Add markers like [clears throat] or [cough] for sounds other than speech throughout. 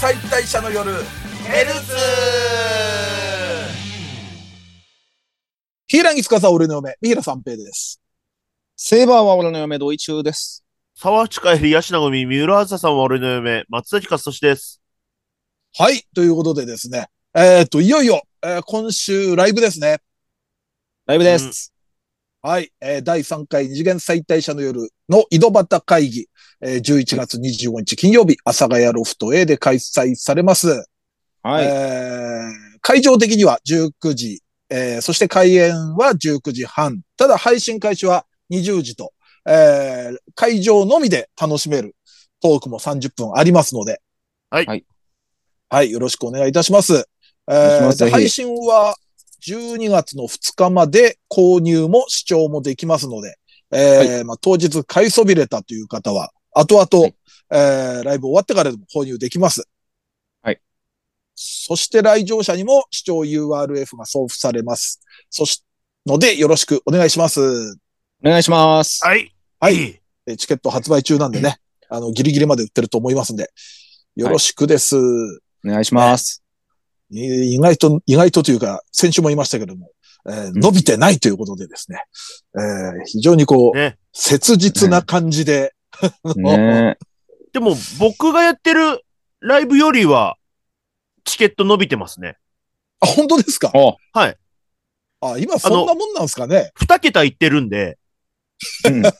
解体者の夜ヘルツ平木司は俺の嫁、三平三平です。セーバーは俺の嫁、同意中です。沢近い東なごみ、三浦梓さんは俺の嫁、松崎勝利です。はい、ということでですね、えっ、と、いよいよ、えー今週ライブですね。ライブです。はい、えー第3回二次元再退者の夜の井戸端会議、えー11月25日金曜日、阿佐ヶ谷ロフト A で開催されます。はい。えー会場的には19時、えーそして開演は19時半。ただ配信開始は20時と、えー会場のみで楽しめるトークも30分ありますので。はいはい。はい、よろしくお願いいたします。え願いしまーすでぜひ配信は12月の2日まで購入も視聴もできますので、えーまあ、当日買いそびれたという方は、後々、はいえーライブ終わってからでも購入できます。はい。そして来場者にも視聴 URF が送付されます。そし、のでよろしくお願いします。お願いします。はい。はい。。えチケット発売中なんでね、あの、ギリギリまで売ってると思いますんで、よろしくです。お願いします。えー意外と、意外とというか、先週も言いましたけども、えー伸びてないということでですね、えー非常にこう、ね切実な感じで、ねでも、僕がやってるライブよりは、チケット伸びてますね。あ、本当ですかえ。おあ、今そんなもんなんですかね二桁いってるんで、うん。二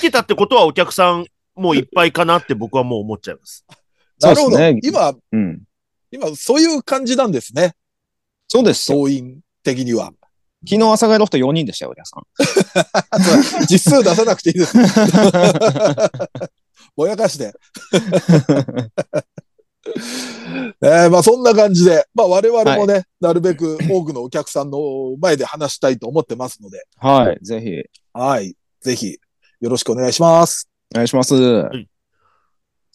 桁ってことはお客さんもういっぱいかなって僕はもう思っちゃいます。あなのるほどそうですね。今、うん。今、そういう感じなんですね。そうですよ。動員的には。昨日、阿佐ヶ谷ロフト4人でしたよ、お客さん。あとは実数出さなくていい [laughs] です。ぼやかして。 [laughs] えーまあそんな感じで、まあ我々もね、なるべく多くのお客さんの前で話したいと思ってますので、はい。ぜひ、はい。ぜひ、よろしくお願いします。お願いします。は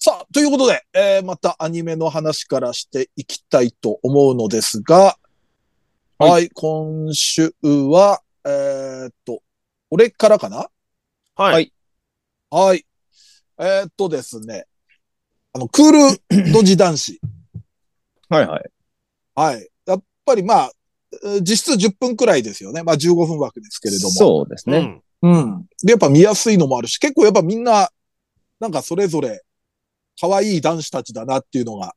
さあ、ということで、えーまたアニメの話からしていきたいと思うのですが、は、はいい今週は、えーっと、俺からかなはい。はいはい。えーっとですね。あの、クールドジ男 [clears throat] 子。いはい。はい。やっぱりまあ、えー実質10分くらいですよね。まあ15分枠ですけれども。そうですうね。ん。う。うん。で、やっぱ見やすいのもあるし、結構やっぱみんな、なんかそれぞれ、可愛い男子たちだなっていうのが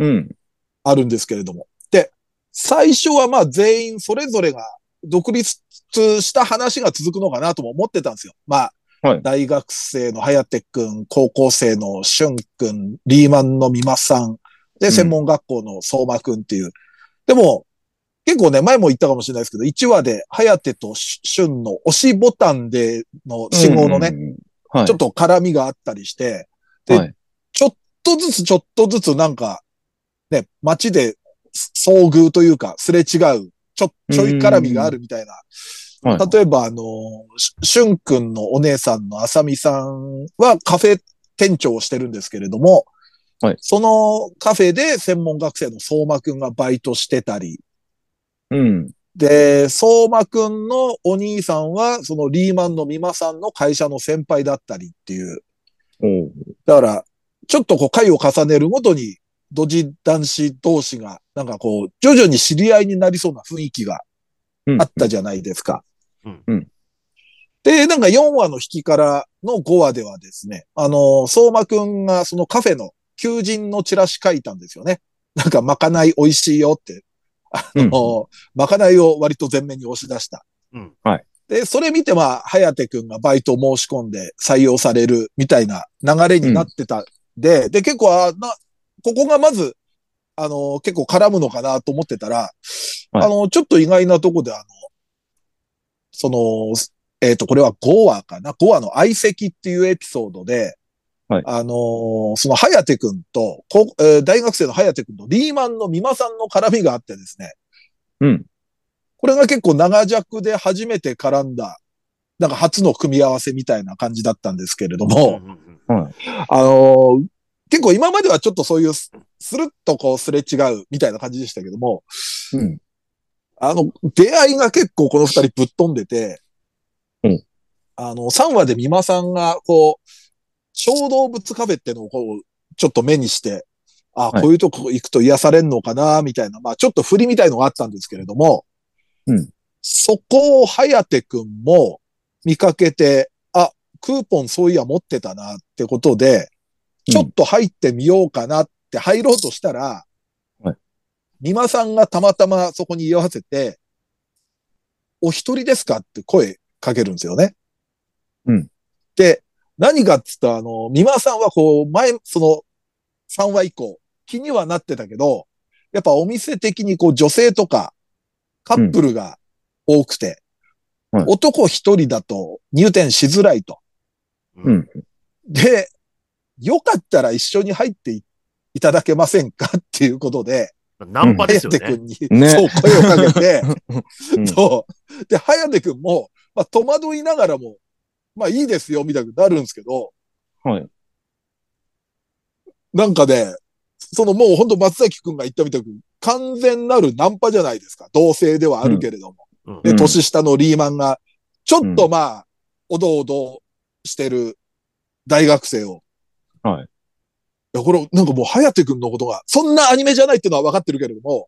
うん。あるんですけれども。で、最初はまあ全員それぞれが独立した話が続くのかなとも思ってたんですよ。まあ、はい大学生の颯くん、高校生の俊くん、リーマンの美馬さん、で、ん専門学校の相馬くんっていう。でも、結構ね、前も言ったかもしれないですけど、1話で、颯と俊の押しボタンでの信号のね、うん。はい。ちょっと絡みがあったりして、ではいちょっとずつちょっとずつなんか、ね、街で遭遇というか、すれ違う、ちょ、ちょい絡みがあるみたいな。はい。例えば、あのー、ししゅんくんのお姉さんのあさみさんはカフェ店長をしてるんですけれども、はいそのカフェで専門学生の相馬くんがバイトしてたり、うん。で、相馬くんのお兄さんは、そのリーマンの美馬さんの会社の先輩だったりっていう、おうだから、ちょっとこう回を重ねるごとに、ドジ男子同士が、なんかこう、徐々に知り合いになりそうな雰囲気がうんあったじゃないですか。うんうんで、なんか4話の引きからの5話ではですね、あの、相馬くんがそのカフェの求人のチラシ書いたんですよね。なんか、まかない美味しいよって、あの、まかないを割と前面に押し出した。うんはいで、それ見て、まあ、颯くんがバイト申し込んで採用されるみたいな流れになってたんで、で、結構、あな、ここがまず、あの、結構絡むのかなと思ってたら、あの、ちょっと意外なとこで、あの、その、えっ、と、これは5話かな ?5 話の相席っていうエピソードで、はいあのーその、颯くんと、こうえー大学生の颯くんとリーマンの美馬さんの絡みがあってですね。うん。これが結構長尺で初めて絡んだ、なんか初の組み合わせみたいな感じだったんですけれども、うんうんうんあのー結構今まではちょっとそういうス、スルッとこうすれ違うみたいな感じでしたけども、うん。あの、出会いが結構この二人ぶっ飛んでて、うんあの、3話で美馬さんが、こう、小動物カフェってのをこう、ちょっと目にして、あ、はいこういうとこ行くと癒されんのかな、みたいな、まあちょっと振りみたいのがあったんですけれども、うんそこを颯くんも見かけて、あ、クーポンそういや持ってたなってことで、うんちょっと入ってみようかなって入ろうとしたら、はい美馬さんがたまたまそこに居合わせて、お一人ですかって声かけるんですよね。うん。で、何かっつったら、あの、美馬さんはこう、前、その、3話以降、気にはなってたけど、やっぱお店的にこう女性とかカップルが多くて、はい男一人だと入店しづらいと。うんで、よかったら一緒に入っていいただけませんかっていうことで、ナンパですよてね。くんに、ねそう声をかけて、 [laughs] うんそう。で、はやてくんも、まあ戸惑いながらも、まあいいですよ、みたいになるんですけど、はい。なんかね、そのもう本当松崎くんが言ったみたく、完全なるナンパじゃないですか。同性ではあるけれども。うんで、うん年下のリーマンが、ちょっうとまあ、おどおどしてる大学生を。はいいや、これ、なんかもう、颯くんのことが、そんなアニメじゃないっていうのは分かってるけれども、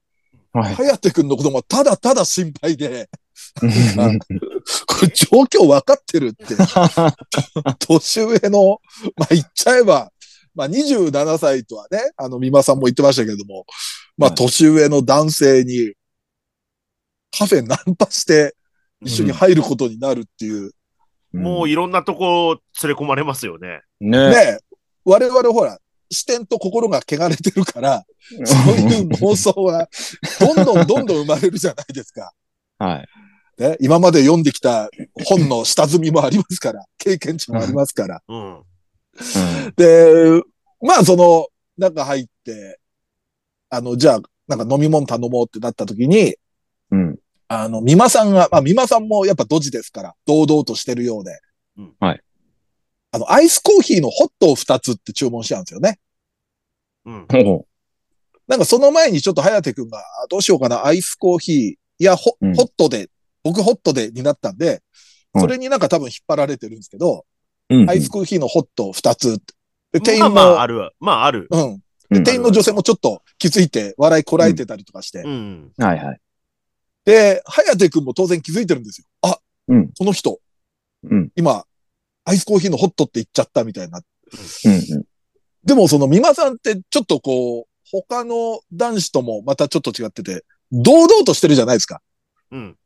はい。颯くんのことがただただ心配で、 [laughs] うんうんこれ状況分かってる [laughs] って。年上の、まあ言っちゃえば、まあ27歳とはね、あの、美馬さんも言ってましたけれども、まあはい年上の男性にカフェナンパして一緒に入ることになるっていう、もういろんなとこ連れ込まれますよね。ねね、我々ほら、視点と心が汚れてる [laughs] から、そういう妄想はどんどんどんどん生まれるじゃないですか。はい。ね、今まで読んできた本の下積みもありますから、経験値もありますから。うん。で、まあその、中入って、あの、じゃあ、なんか飲み物頼もうってなった時に、うん。うんあの、美馬さんが、まあ美馬さんもやっぱドジですから、堂々としてるようで。うんはい。あの、アイスコーヒーのホットを2つって注文しちゃうんですよね。うん。おうなんかその前にちょっと颯くんが、あどうしようかな、アイスコーヒー、いや、ホ,、うんホットで、僕ホットでになったんで、それになんか多分引っ張られてるんですけど、うんアイスコーヒーのホット2つって。で、店員まあも、まあ、ある。まあ、ある。うん。うで、ん店員の女性もちょっと気づいて、笑いこらえてたりとかして。うん。はいはい。で、颯くんも当然気づいてるんですよ。あ、うんこの人、うん。今、アイスコーヒーのホットって言っちゃったみたいな。うんうん。でもその美馬さんってちょっとこう、他の男子ともまたちょっと違ってて、堂々としてるじゃないですか。うん。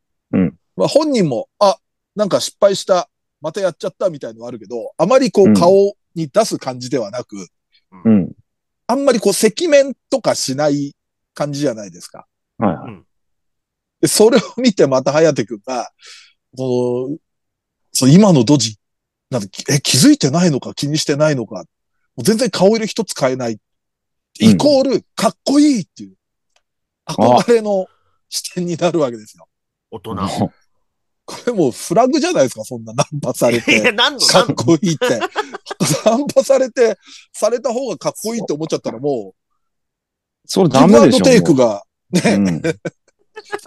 まあ本人も、あ、なんか失敗した、またやっちゃったみたいのはあるけど、あまりこううん顔に出す感じではなく、うん。あんまりこう赤面とかしない感じじゃないですか。はいはい。で、それを見てまた颯くんが、この、そう今のドジ、なんかえ、気づいてないのか気にしてないのか、もう全然顔色一つ変えない。うんイコール、かっこいいっていう、憧れの視点になるわけですよ。大人。これもうフラグじゃないですか、そんなナンパされいて。や、何度かっ何度こいいって。 [laughs] ナンパされて、された方がかっこいいって思っちゃったらもそれう、ギダブメアンでしドょ。テイクが、うん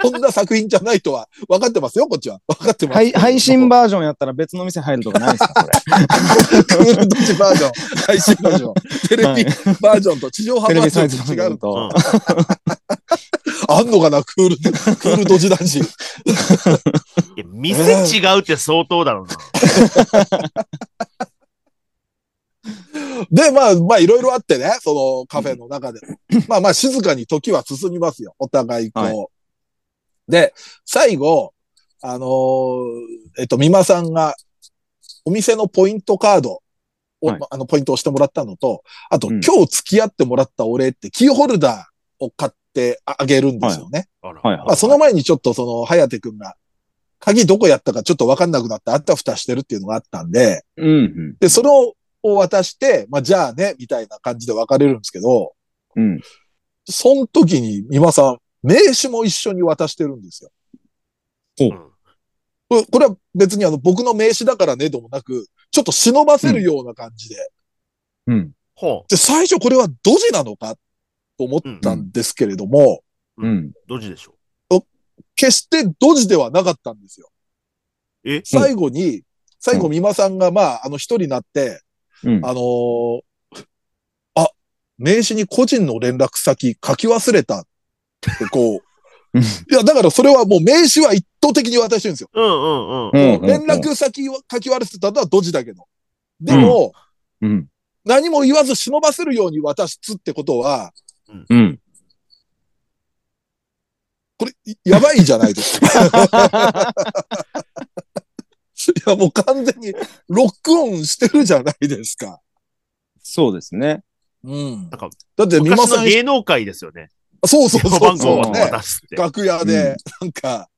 そんな作品じゃないとは、分かってますよ、こっちは。分かって [laughs] ます。はい配信バージョンやったら別の店入るとかないですか、 [laughs] クールドッジバージョン、 [laughs] 配信バージョン、テレ [laughs] はいビバージョンと地上波 [laughs] それ。テバーレビジサョイズのンと違う。と。あんのかな、クールド、クールドジ男子。いや店違うって相当だろうな。で、まあ、まあ、いろいろあってね、そのカフェの中でも。まあまあ、静かに時は進みますよ、お互いこう。はで、最後、あのーえっと、美馬さんが、お店のポイントカードを、はいまああの、ポイントを押してもらったのと、あと、うん今日付き合ってもらったお礼って、キーホルダーを買ってああげるんですよね。あらはいはい。まあ、その前にちょっとその、颯くんが、鍵どこやったかちょっとわかんなくなって、あったふたしてるっていうのがあったんで、うんで、それを渡して、まあ、じゃあね、みたいな感じで別れるんですけど、うん。うん。その時に、美馬さん、名刺も一緒に渡してるんですよ。うんこれこれは別にあの、僕の名刺だからね、でもなく、ちょっと忍ばせるような感じで。うん。ほで、最初これはドジなのかと思ったんですけれども、う。うん。どっちでしょ決してドジではなかったんですよ。う。え最後に、最後美馬さんがまあ、あの、一人になって、うん。あのーあ、名刺に個人の連絡先書き忘れたってこう、[laughs] ういんや、だからそれはもう名刺は一等的に渡してるんですよ。うんうんうん。うんうんうん連絡先を書き忘れたのはドジだけど。でも、うん。何も言わず忍ばせるように渡すってことは、うん。これ、いやばいんじゃない [laughs] ですか。いや、もう完全にロックオンしてるじゃないですか。そうですね。うん。なんかだって、美馬昔さのん、芸能界ですよね。そうそう電そ話う番そ号う、をね。渡すって。楽屋で、なんか、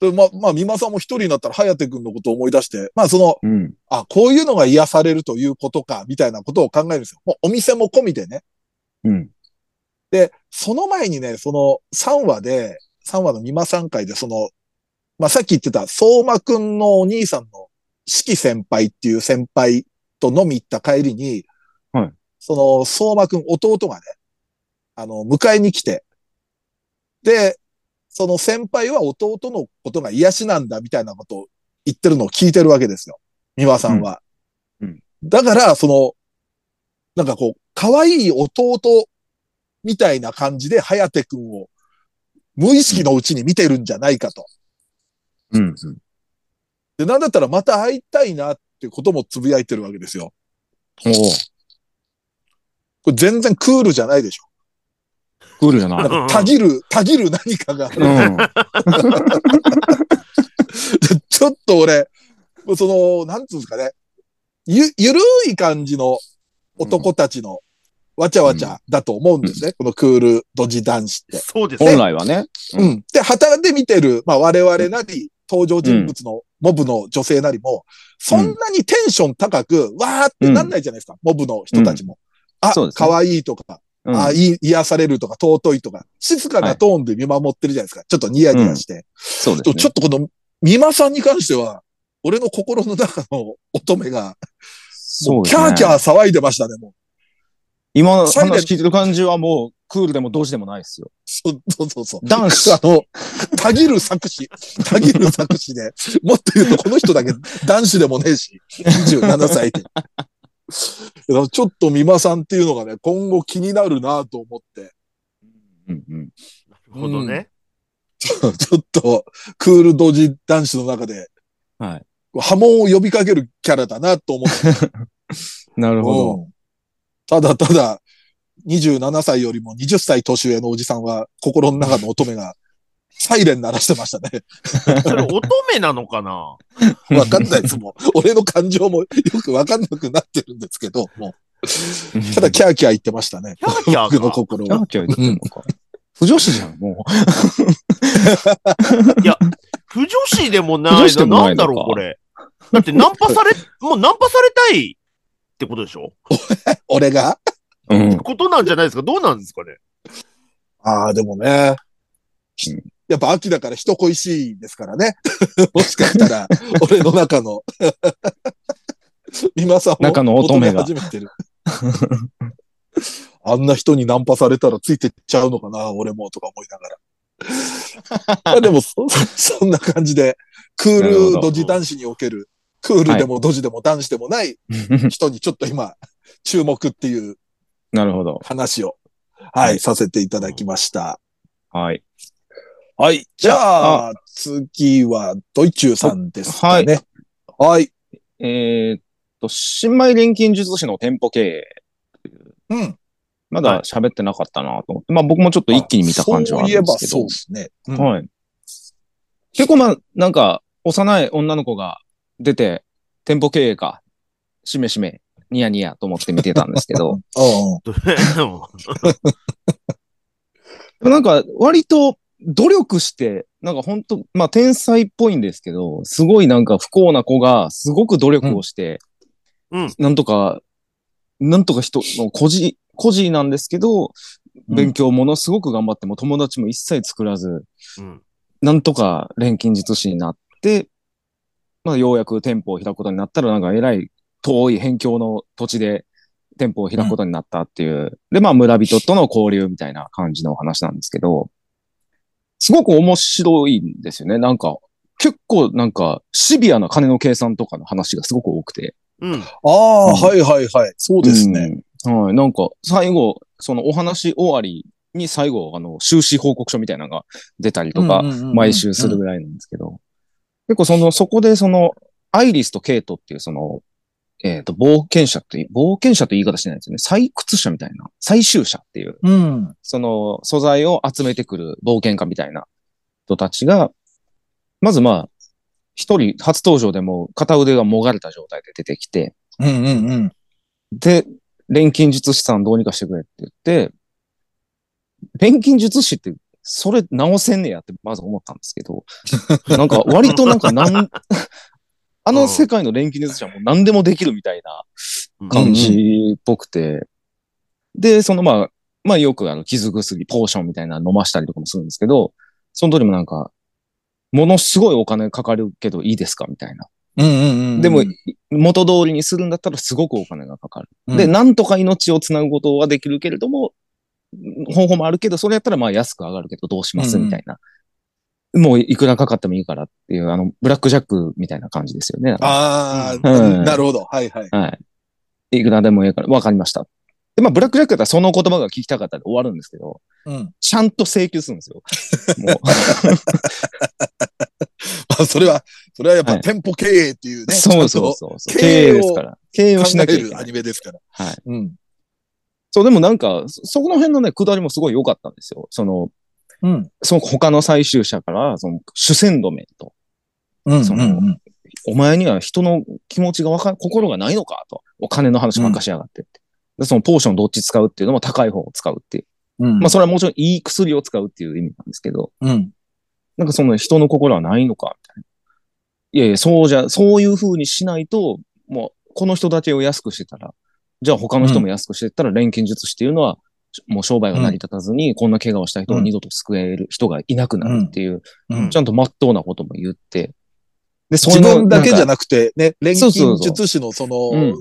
でまあ、まあ、美馬さんも一人になったら、颯君のことを思い出して、まあ、その、うん。あ、こういうのが癒されるということか、みたいなことを考えるんですよ。もうお店も込みでね。うん。で、その前にね、その3話で、3話の美馬さん会で、その、まあ、さっき言ってた、相馬くんのお兄さんの四季先輩っていう先輩と飲み行った帰りに、はいその、相馬くん弟がね、あの、迎えに来て、で、その先輩は弟のことが癒しなんだみたいなことを言ってるのを聞いてるわけですよ。美和さんは。うんうんだから、その、なんかこう、可愛い弟みたいな感じで、颯くんを無意識のうちに見てるんじゃないかと。うん。で、なんだったらまた会いたいなってこともつぶやいてるわけですよ。おお。これ全然クールじゃないでしょ。クールじゃななんい。か、たぎる、たぎる [laughs] 何かが。うん。ちょっと俺、その、なんつうんですかね。ゆ、ゆるい感じの男たちのわちゃわちゃだと思うんですね。このクールドジ男子って。そうです本ね。来はね。うん。で、旗で見てる、まあ我々なり、登場人物のモブの女性なりも、そんなにテンション高く、わーってなんないじゃないですか、モブの人たちも。あそうで、すね可愛いとか、うんあ、いい、癒されるとか、尊いとか、静かなトーンで見守ってるじゃないですか。ちょっとニヤニヤして。そうででもちすょね。っとこの、美馬さんに関しては、俺の心の中の乙女が、そうでキすね。ャーキャー騒いでましたね、もう。今の話聞いてる感じはもう、クールでも同時でもないですよ。そうそうそうそう。男子あの、たぎる作詞、たぎる作詞で、もっと言うとこの人だけ男子でもねえし、27歳で。だからちょっと美馬さんっていうのがね、今後気になるなと思って、うんうん。なるほどね。ちょっとクールドジ男子の中で、はい。波紋を呼びかけるキャラだなと思って。なるほど。うんただただ、27歳よりも20歳年上のおじさんは、心の中の乙女が、サイレン鳴らしてましたね。それ乙女なのかな [laughs] わかんないですもん。俺の感情もよくわかんなくなってるんですけど、もう。ただキャーキャー言ってましたね。キャーキ僕ャーのか。心キャは。ーキャー言ってんのか。不女子じゃん、も不女子でもな [laughs] 不女い子でな。もななんいのかだろう、これ。だってナンパされ、もうナンパされたいってことでしょ俺がう。うん。ことなんじゃないですかどうなんですかね [laughs] ああ、でもね。やっぱ秋だから人恋しいですからね。 [laughs] もしかした [laughs] ら、俺の中の。 [laughs] 今さんも中の乙女が求め始めて [laughs] る。あんな人にナンパされたらついてっちゃうのかな、俺も、とか思いながら。 [laughs] まあでもそ、 [laughs] そんな感じで、クーなるほルどドジ男子における、クールでもドジでも男子でもない人にちょっと今、注目っていうなるほど。話を、はい、はいさせていただきました。はい。はい。じゃあ、次は、ドイチューさんですかね。はい。えーっと、新米錬金術師の店舗経営。うん。まだ喋ってなかったなと思って。まあ僕もちょっと一気に見た感じはあるんですけど。そういえばそうですね。うんはい。結構まあ、なんか、幼い女の子が出て、店舗経営か、しめしめ、ニヤニヤと思って見てたんですけど、うん。でもなんか、割と努力して、なんか本当まあ天才っぽいんですけど、すごいなんか不幸な子が、すごく努力をして、うんうんなんとか、なんとか人の孤児、孤児なんですけど、勉強ものすごく頑張っても友達も一切作らず、うん。なんとか錬金術師になって、まあ、ようやく店舗を開くことになったら、なんかえらい遠い辺境の土地で店舗を開くことになったっていう。で、まあ、村人との交流みたいな感じのお話なんですけど、すごく面白いんですよね。なんか、結構なんか、シビアな金の計算とかの話がすごく多くて。うん。ああ、はいはいはい。そうですね。うんはい、なんか、最後、そのお話終わりに最後、あの、収支報告書みたいなのが出たりとか、毎週するぐらいなんですけど、結構その、そこでその、アイリスとケイトっていうその、えっ、と、冒険者っていう、冒険者という言い方しないですよね。採掘者みたいな、採集者っていう、うん。その素材を集めてくる冒険家みたいな人たちが、まずまあ、一人初登場でもう片腕がもがれた状態で出てきて、うんうんうん。で、錬金術師さんどうにかしてくれって言って、錬金術師って、それ直せんねやってまず思ったんですけど、なんか割となんかなん、あの世界の錬金術師はもう何でもできるみたいなうん感じっぽくて、で、そのまあ、まあよくあの傷薬、ポーションみたいなの飲ましたりとかもするんですけど、その時もなんか、ものすごいお金かかるけどいいですかみたいな。うんうんうん。でも、元通りにするんだったらすごくお金がかかる。うんで、なんとか命をつなぐことはできるけれども、方法もあるけど、それやったらまあ安く上がるけどどうしますうんみたいな。もういくらかかってもいいからっていう、あの、ブラックジャックみたいな感じですよね。ああ、うんなるほど。はいはい。はい。いくらでもいいから、わかりました。で、まあ、ブラックジャックだったらその言葉が聞きたかったら終わるんですけど、うん。ちゃんと請求するんですよ。もあそれは、それはやっはぱい店舗経営っていう [laughs] う、ね。 [laughs] そうそうそうそう。経経営を営ですから。経営ちゃんをとしなきゃい考けえるなアいニ。メですから。はい。うん。そう、でもなんか、そそこの辺のね、下りもすごい良かったんですよ。その、うん。その他の採集者から、その主戦止めと、うん。そのうんお前には人の気持ちがわかん、心がないのかと、お金の話ばっかしやがってってで、そのポーションどっち使うっていうのも高い方を使うっていう。うん。まあ、それはもちろんいい薬を使うっていう意味なんですけど、うん。なんかその人の心はないのかみたいな。いやいや、そうじゃ、そういう風にしないと、もう、この人だけを安くしてたら、じゃあ他の人も安くしてったら、錬金術師っていうのは、もう商売が成り立たずに、こんな怪我をした人を二度と救える人がいなくなるっていう、うんちゃんと真っ当なことも言って。で、そ自分だけじゃななくて、ね、錬そうそ金うそう術師のその、うん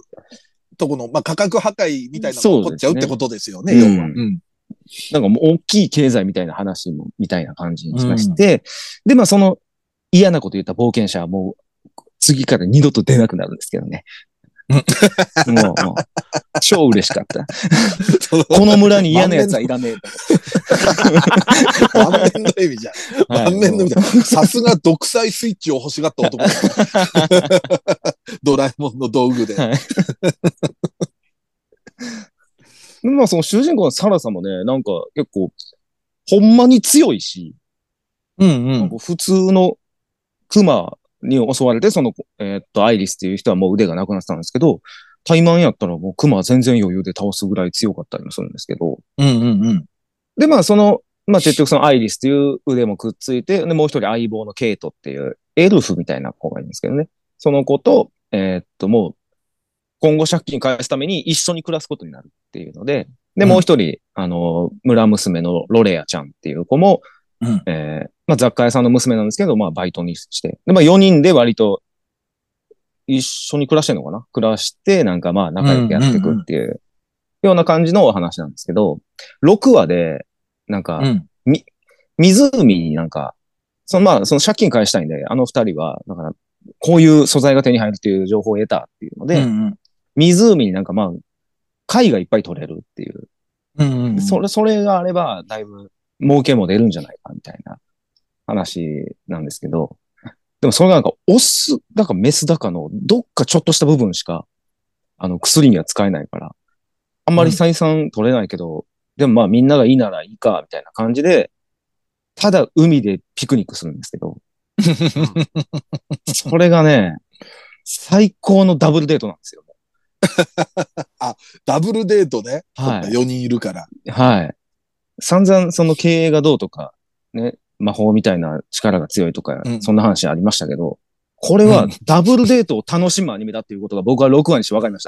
とこの、まあ、価格破壊みたいなのが起こっちゃうってことですよね、そう要ですは。[laughs] ねうん。なんかもう大きい経済みたいな話も、みたいな感じにして、で、まあその嫌なこと言った冒険者はもう次から二度と出なくなるんですけどね。もう、もう、超嬉し [laughs] かった。そのこの村に嫌な奴はい [laughs] らね満面の笑みじゃん。え。 [laughs] はい満面の笑み [laughs] じゃん。さすが独裁スイッチを欲しがった男だ。ドラえもんの道具で。でまあその主人公のサラさんもね、なんか結構、ほんまに強いし、うんうなん。か普通の熊に襲われて、その、えーっと、アイリスっていう人はもう腕がなくなってたんですけど、タイマンやったらもう熊は全然余裕で倒すぐらい強かったりもするんですけど、うんうんうん。で、まあその、まあ結局そのアイリスという腕もくっついて、で、もう一人相棒のケイトっていうエルフみたいな子がいるんですけどね。その子と、えーっと、もう、今後借金返すために一緒に暮らすことになるっていうので、で、うんもう一人、あの、村娘のロレアちゃんっていう子も、うんえーまあ雑貨屋さんの娘なんですけど、まあバイトにして、で、まあ4人で割と一緒に暮らしてるのかな暮らして、なんかまあ仲良くやっていくっていうような感じのお話なんですけど、6話で、なんか、うん。湖になんか、そのまあ、その借金返したいんで、あの二人は、だから、こういう素材が手に入るっていう情報を得たっていうので、うん湖になんかまあ、貝がいっぱい取れるっていう。うんうん。それ、それがあれば、だいぶ儲けも出るんじゃないかみたいな話なんですけど、でもそれがなんか、オスだかメスだかの、どっかちょっとした部分しか、あの、薬には使えないから、あんまり採算取れないけど、でもまあみんながいいならいいか、みたいな感じで、ただ海でピクニックするんですけど、それがね、最高のダブルデートなんですよ。ダブルデートね。はい4人いるから。はい。散々その経営がどうとか、ね、魔法みたいな力が強いとか、うんそんな話ありましたけど、これはうんダブルデートを楽しむアニメだっていうことが僕は6話にして分かりまし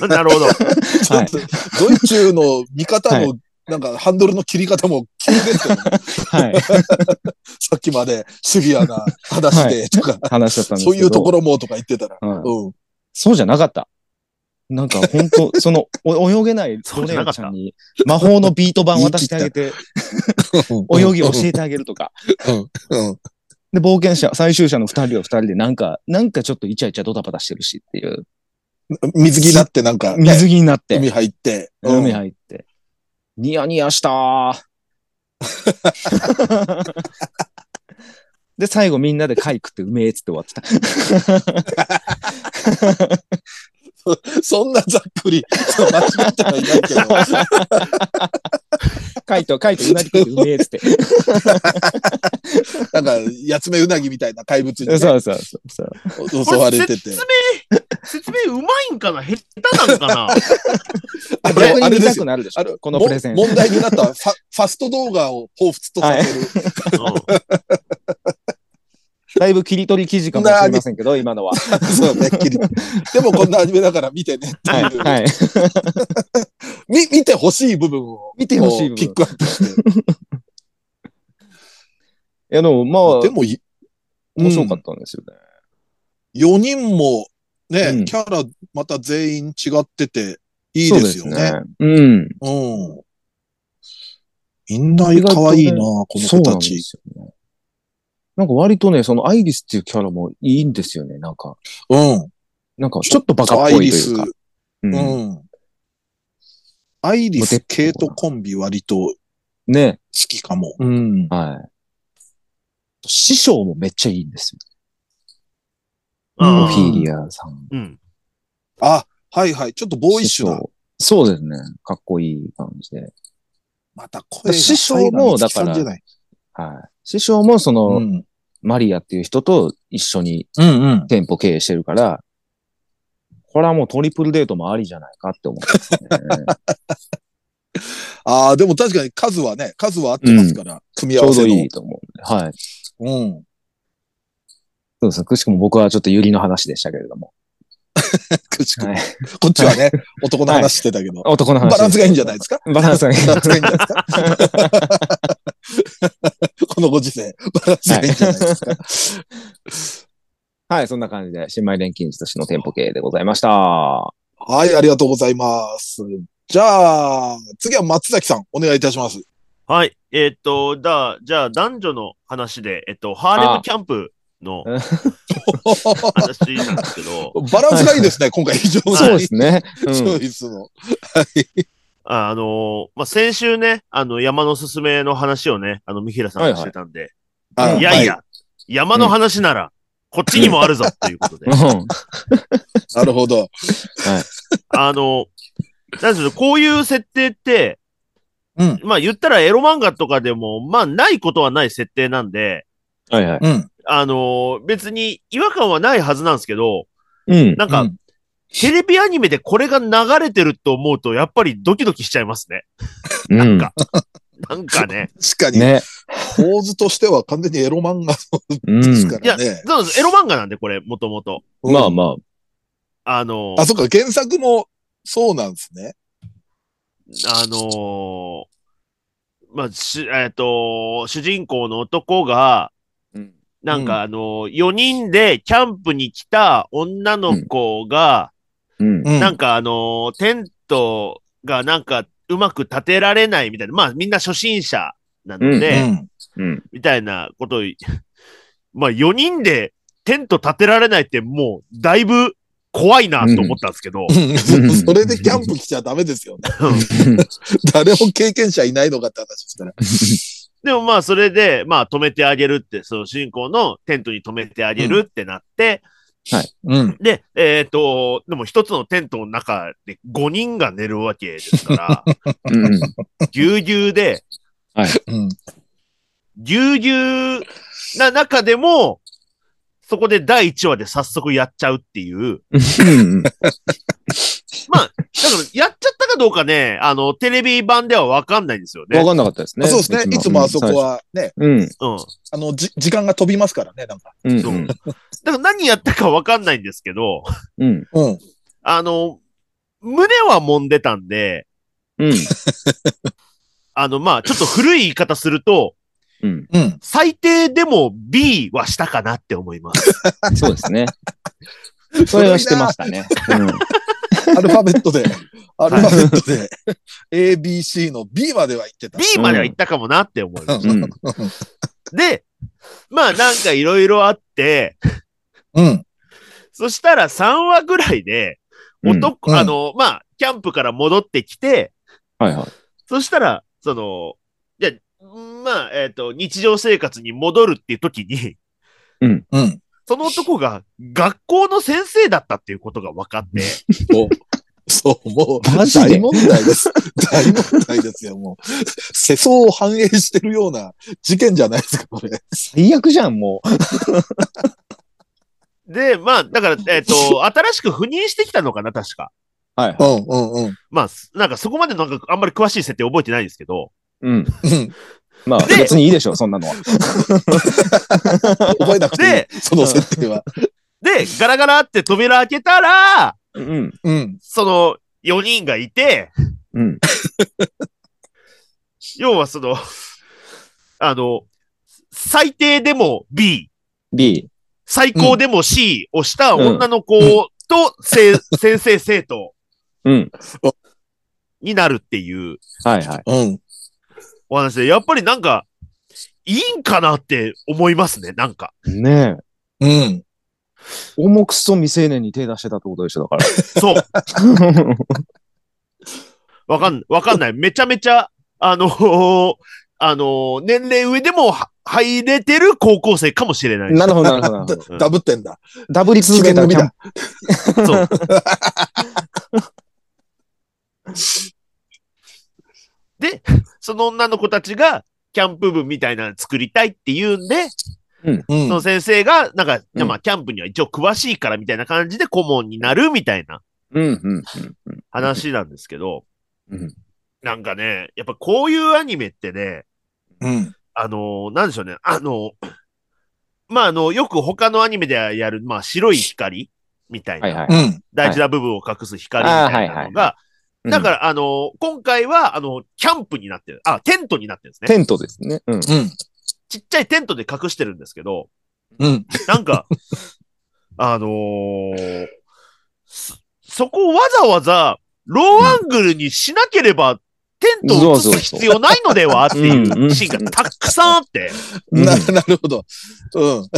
た。 [laughs] なるほど。ちょっとドイツの見方の、なんかハンドルの切り方も急ですよね。はい。さっきまでシビアな話でとか、話だったんですけそど。ういうところもとか言ってたら。はいうん。そうじゃなかった。なんか本当その、お泳げないそロうじレゃなかアったちゃんに魔法のビート板渡してあげて、泳ぎを教えてあげるとか。うん。うんで、冒険者、最終者の二人は二人でなんか、なんかちょっとイチャイチャドタバタしてるしっていう。水着になってなんか、ね、水着になって、海入って。うん海入って。ニヤニヤしたー [laughs] で、最後みんなで貝食ってうめえっつって終わ [laughs] ってた。そんなざっくり、そう間違ってはいない [laughs] けど。貝と貝とうなぎ食ってうめえっつって。なんか、八つ目うなぎみたいな怪物に、ね、そうそうそうそう。襲われててこ。れ説明、説明うまいんかな下手なんかなあれあ逆にれ見でたすくよ。なるでしあょるこのプレゼン。も問題になったファファスト動画を彷彿とさせる。 [laughs] うんだいぶ切り取り記事かもしれませんけど、今のは。 [laughs] そうね、っきり。でもこんなアニメだから見てねって [laughs] はいい。う。はい。み見てほしい部分を。見てほしいこう部分ピックアップして。いや、でもまであ、もい、面白かったんですよね。 4人もね、うんキャラまた全員違ってて、いいですよそうね。ですね。うん。うん。みんな可愛いな、このそう子なたんでち。すよね。なんか割とね、そのアイリスっていうキャラもいいんですよね。なんか、うん。なんかちょっとバカっぽいというアかイリ。うんスうん。アイリス、ケイトコンビ割と好ね。きかも。うん。はい。師匠もめっちゃいいんですよ。オあフーィリアさん。うん。あ、はいはい。ちょっとボーイッシュな師。匠そうですね。かっこいい感じで。また声が。師匠もだか西郷美月らさんじゃないはい。師匠もその、うん。マリアっていう人と一緒にうんうん。店舗経営してるから、これはもうトリプルデートもありじゃないかって思ってます [laughs] ね。ああ、でも確かに数はね、数は合ってますから、組み合ちょわうせどの。いいと思うんで。はい。うん。そうですね。くしくも僕はちょっとユリの話でしたけれども。くしくもはいこっちはね、男の話してたけど。男の話。バランスがいいんじゃないですかバランスがいい。バランスがいいんじゃない [laughs] ですかこのご時世、バランスがいいんじゃないですか、はい、そんな感じで、新米錬金術としての店舗系でございました。はい、ありがとうございます。じゃあ、次は松崎さん、お願いいたします。 [laughs] はい。えーっと、だ、じゃあ男女の話で、えっと、ハーレムキャンプの話なんですけど、 [laughs] バランスがいいです [laughs] ね、今回非常に。そうですね。うチョんイスの。ああのーまあ、先週ね、あの、山のすすめの話をね、あの、三平さんがしてたんで、はいいやいや、山の話なら、こっちにもあるぞっていうことでう。ん。なるほど。あの、なんでしょう、こういう設定って、うんまあ言ったらエロ漫画とかでも、まあないことはない設定なんで、はいはい。うん。あのー別に違和感はないはずなんですけど、うん。なんか、うんテレビアニメでこれが流れてると思うと、やっぱりドキドキしちゃいますね。うん。なんかね。確かに、ね。構図としては完全にエロ漫画うですんか。いやらね、。そうです。エロ漫画なんで、これ、もともと。まあまあ。あのーあ、そっか、原作もそうなんですね。あのーまあ、し、えっ、と、主人公の男が、うんなんかあのー、4人でキャンプに来た女の子が、うん。うん。なんかあのーテントがなんかうまく立てられないみたいな、まあみんな初心者なので、うんうん。みたいなことを、 [laughs] まあ4人でテント立てられないってもうだいぶ怖いなと思ったんですけど、んそれでキャンプ来ちゃダメですよね。 [laughs] 誰も経験者いないのかって話ですから。でもまあそれで、まあ止めてあげるって、その主人公のテントに止めてあげるってなって、うん。で、えっ、と、でも一つのテントの中で5人が寝るわけですから、うん。ぎゅうぎゅうで、うん。ぎゅうぎゅうな中でも、そこで第1話で早速やっちゃうっていう。う [laughs] ん。だから、やっちゃったかどうかね、あの、テレビ版ではわかんないんですよね。わかんなかったですね。そうですね。いつもあそこ。はね、うん。うん。あの、じ、時間が飛びますからね、なんか。うん。そうだから何やったかわかんないんですけど、うん。うん。あの、胸は揉んでたんで、うん。あの、まあ、ちょっと古い言い方すると、うん。うん。最低でも B はしたかなって思います。そうですね。それはしてましたね。アルファベットで、アルファベットで、A、B、C の B までは行ってた。 B までは行ったかもなって思います。うん。うん。で、まあなんかいろいろあって、うん。そしたら3話ぐらいで、うん男、うんあの、まあ、キャンプから戻ってきて、はいはい。そしたら、その、じゃ、まあ、えっ、と、日常生活に戻るっていう時に、うん。その男が学校の先生だったっていうことが分かって、そう、もう、マジで大問題です。大問題ですよ、もう。世相を反映してるような事件じゃないですか、これ。最悪じゃん、もう。で、まあ、だから、えっ、と、新しく赴任してきたのかな、確か。はいはい。うん、うん、うん。まあ、すなんかそこまでなんかあんまり詳しい設定覚えてないんですけど、ううん。ん。まあ、で別にいいでしょう、そんなのは。覚えなくてでいい、その設定は。で、ガラガラって扉開けたら、うん。うん。その4人がいて、うん。要はその、あの、最低でも B、 B。最高でも C をした女の子うと、せ [laughs] 先生生徒うん。になるっていうはいはい。うん。お話で、やっぱりなんか、いいんかなって思いますね、なんか。ねえ。うん。重くそ未成年に手出してたってことでしょ、だから。そう。 [laughs] わかん、わかんない。めちゃめちゃ、あのあの年齢上でもは入れてる高校生かもしれない。なるほど、なるほどなるほど。う [laughs] んダブってんだ。ダブり続危け険たキ組ャンだ。 [laughs] そう。で、その女の子たちが、キャンプ部みたいなの作りたいって言うんで、うんそ。の先生が、なんか、うんまあ、キャンプには一応詳しいからみたいな感じで顧問になるみたいなうん、うん、話なんですけど、うん。なんかね、やっぱこういうアニメってね、うん。あのーなんでしょうね、あの [clears throat] ーまあ、あの、よく他のアニメでやる、まあ、白い光みたいな、はいはい。うん。大事な部分を隠す光みたいなあーはのいはが、だから、あの、今回は、あの、キャンプになってる。あ、テントになってるんですね。テントですね。うん。うん。ちっちゃいテントで隠してるんですけど、うん。なんか、あのーそそこをわざわざ、ローアングルにしなければ、テントを映す必要ないのではっていうんうんうシーンがたくさんあって、うんな、なるほど。うん。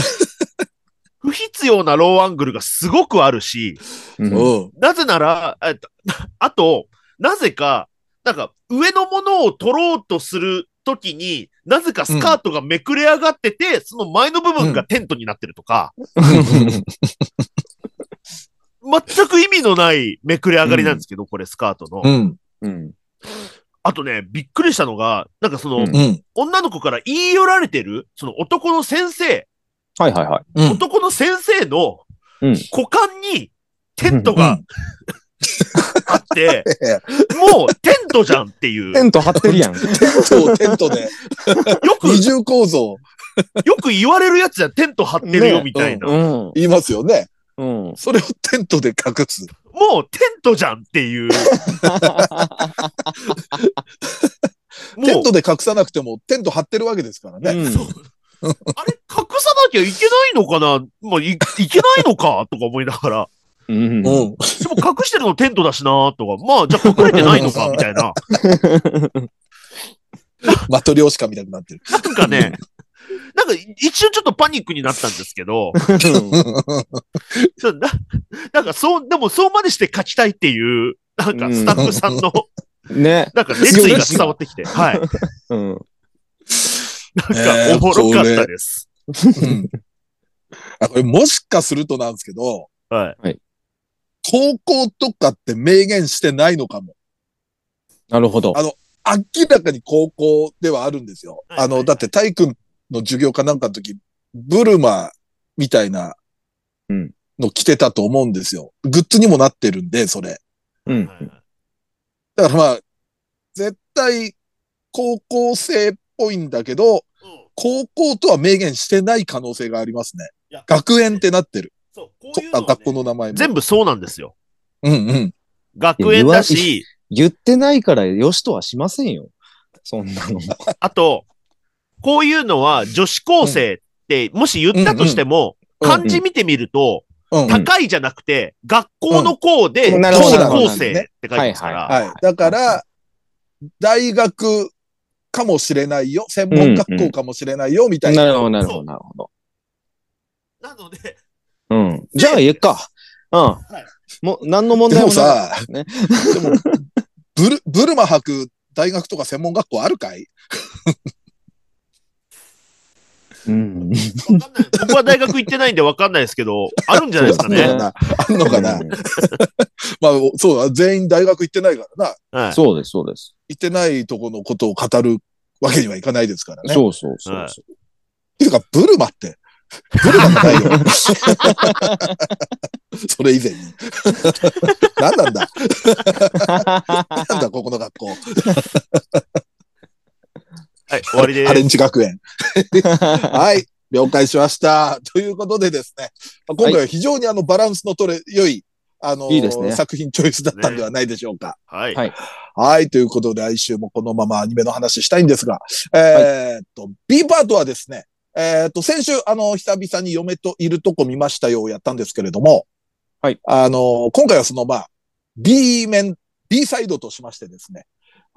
不必要なローアングルがすごくあるし、うんうん。なぜなら、えっと [laughs] あと、なぜか、なんか、上のものを取ろうとするときに、なぜかスカートがめくれ上がってて、その前の部分がテントになってるとか、全く意味のないめくれ上がりなんですけど、これスカートの。うん。うん。あとね、びっくりしたのが、なんかその、うんうん。女の子から言い寄られてる、その男の先生、はいはいはい。うん。男の先生のうん股間にテントがあって、もうテントじゃんっていう [laughs] テ。ント張ってるやん。テントをテントで、よく二重構造、よく言われるやつじゃんテント張ってるねよみたいな。うん。言いますよね。うん。それをテントで隠す。もうテントじゃんっ [laughs] ていう。テンもうト、で隠さなくても、テント張ってるわけですからね。そうあれ隠さなきゃいけないのかなまあ、いいけないのか [laughs] とか思いながら。うん。う。うんでも隠してるのテントだしなとか。まあ、じゃあ隠れてないの [laughs] かみたいな。マトリョーシカみたいになってる。なんかね、なんか一瞬ちょっとパニックになったんです [laughs] けど、そうななんかそう、でもそうまでして書きたいっていう、なんかスタッフさん [laughs] の、ん。ね。なんか熱意が伝わってきて、はい。うん。なんかおもろかったです。うんあこれもしかするとなんですけど、はい。高校とかって明言してないのかも。なるほど。明らかに高校ではあるんですよ。はいはいあの、だって体育の授業かなんかの時、ブルマみたいなうんの着てたと思うんですよ。グッズにもなってるんで、それ。うん。だからまあ、絶対高校生っぽいんだけど、高校とは明言してない可能性がありますね。学園ってなってる。そう、こうというのあはね学校の名前も。全部そうなんですよ。うんうん。学園だし、言ってないからよしとはしませんよ。そんなの。あと、こういうのは女子高生って、もし言ったとしても、うん漢字見てみると、うん。はん高いじゃなくて、学校の校で、うん女なるほど子高生って書いてますかなるほどねはいら、い。だから、大学かもしれないよ。専門学校かもしれないよ、みたいな。なるほど、なるほど、なるほど。なので、うん。じゃあ、ええか。うん。も、何の問題もなかったですね。でも、ブル、ブルマ履く大学とか専門学校あるかいうん。わかんない僕は大学行ってないんでわかんないですけど、あるんじゃないですかあんのね。かなあんのかなまあ、そうだ、全員大学行ってないからな。はい。 [laughs] そうです、そうです。行ってないとこのことを語るわけにはいかないですからね。そうそうそうはいそう。ていうか、ブルマって、ブルマじゃないよ。それ以前に。 [laughs] 何なんだなんだここの学校。はい、終わりでハす。レンチ学園。 [laughs] はい。了解しました。ということでですね、今回は非常にあのバランスの取れ、良い、あのーいいですね作品チョイスだったんではないでしょうか。はい。はいはい。ということで、来週もこのままアニメの話したいんですが、えーっと、B パートはですね、えーっと、先週、あの、久々に嫁といるとこ見ましたよをやったんですけれども、はい。あの、今回はその、まあ、B 面、B サイドとしましてですね、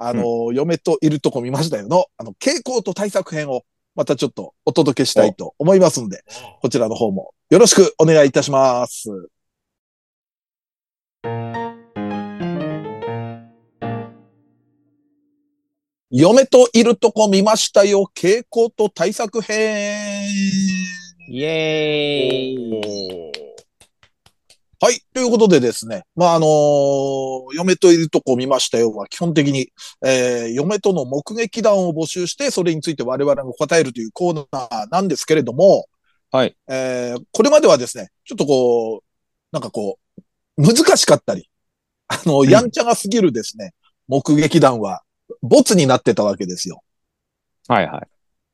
あの、嫁といるとこ見ましたよの、あの、傾向と対策編を、またちょっとお届けしたいと思いますんで、こちらの方もよろしくお願いいたします。嫁といるとこ見ましたよ、傾向と対策編。 [laughs] イエおーイ。ーはい。ということでですね。まあ、あのー嫁といるとこ見ましたよは基本的に、えー嫁との目撃談を募集して、それについて我々が答えるというコーナーなんですけれども、はい。えーこれまではですね、ちょっとこう、なんかこう、難しかったり、あの、んやんちゃがすぎるですね、目撃談は、ボツになってたわけですよ。はいはい。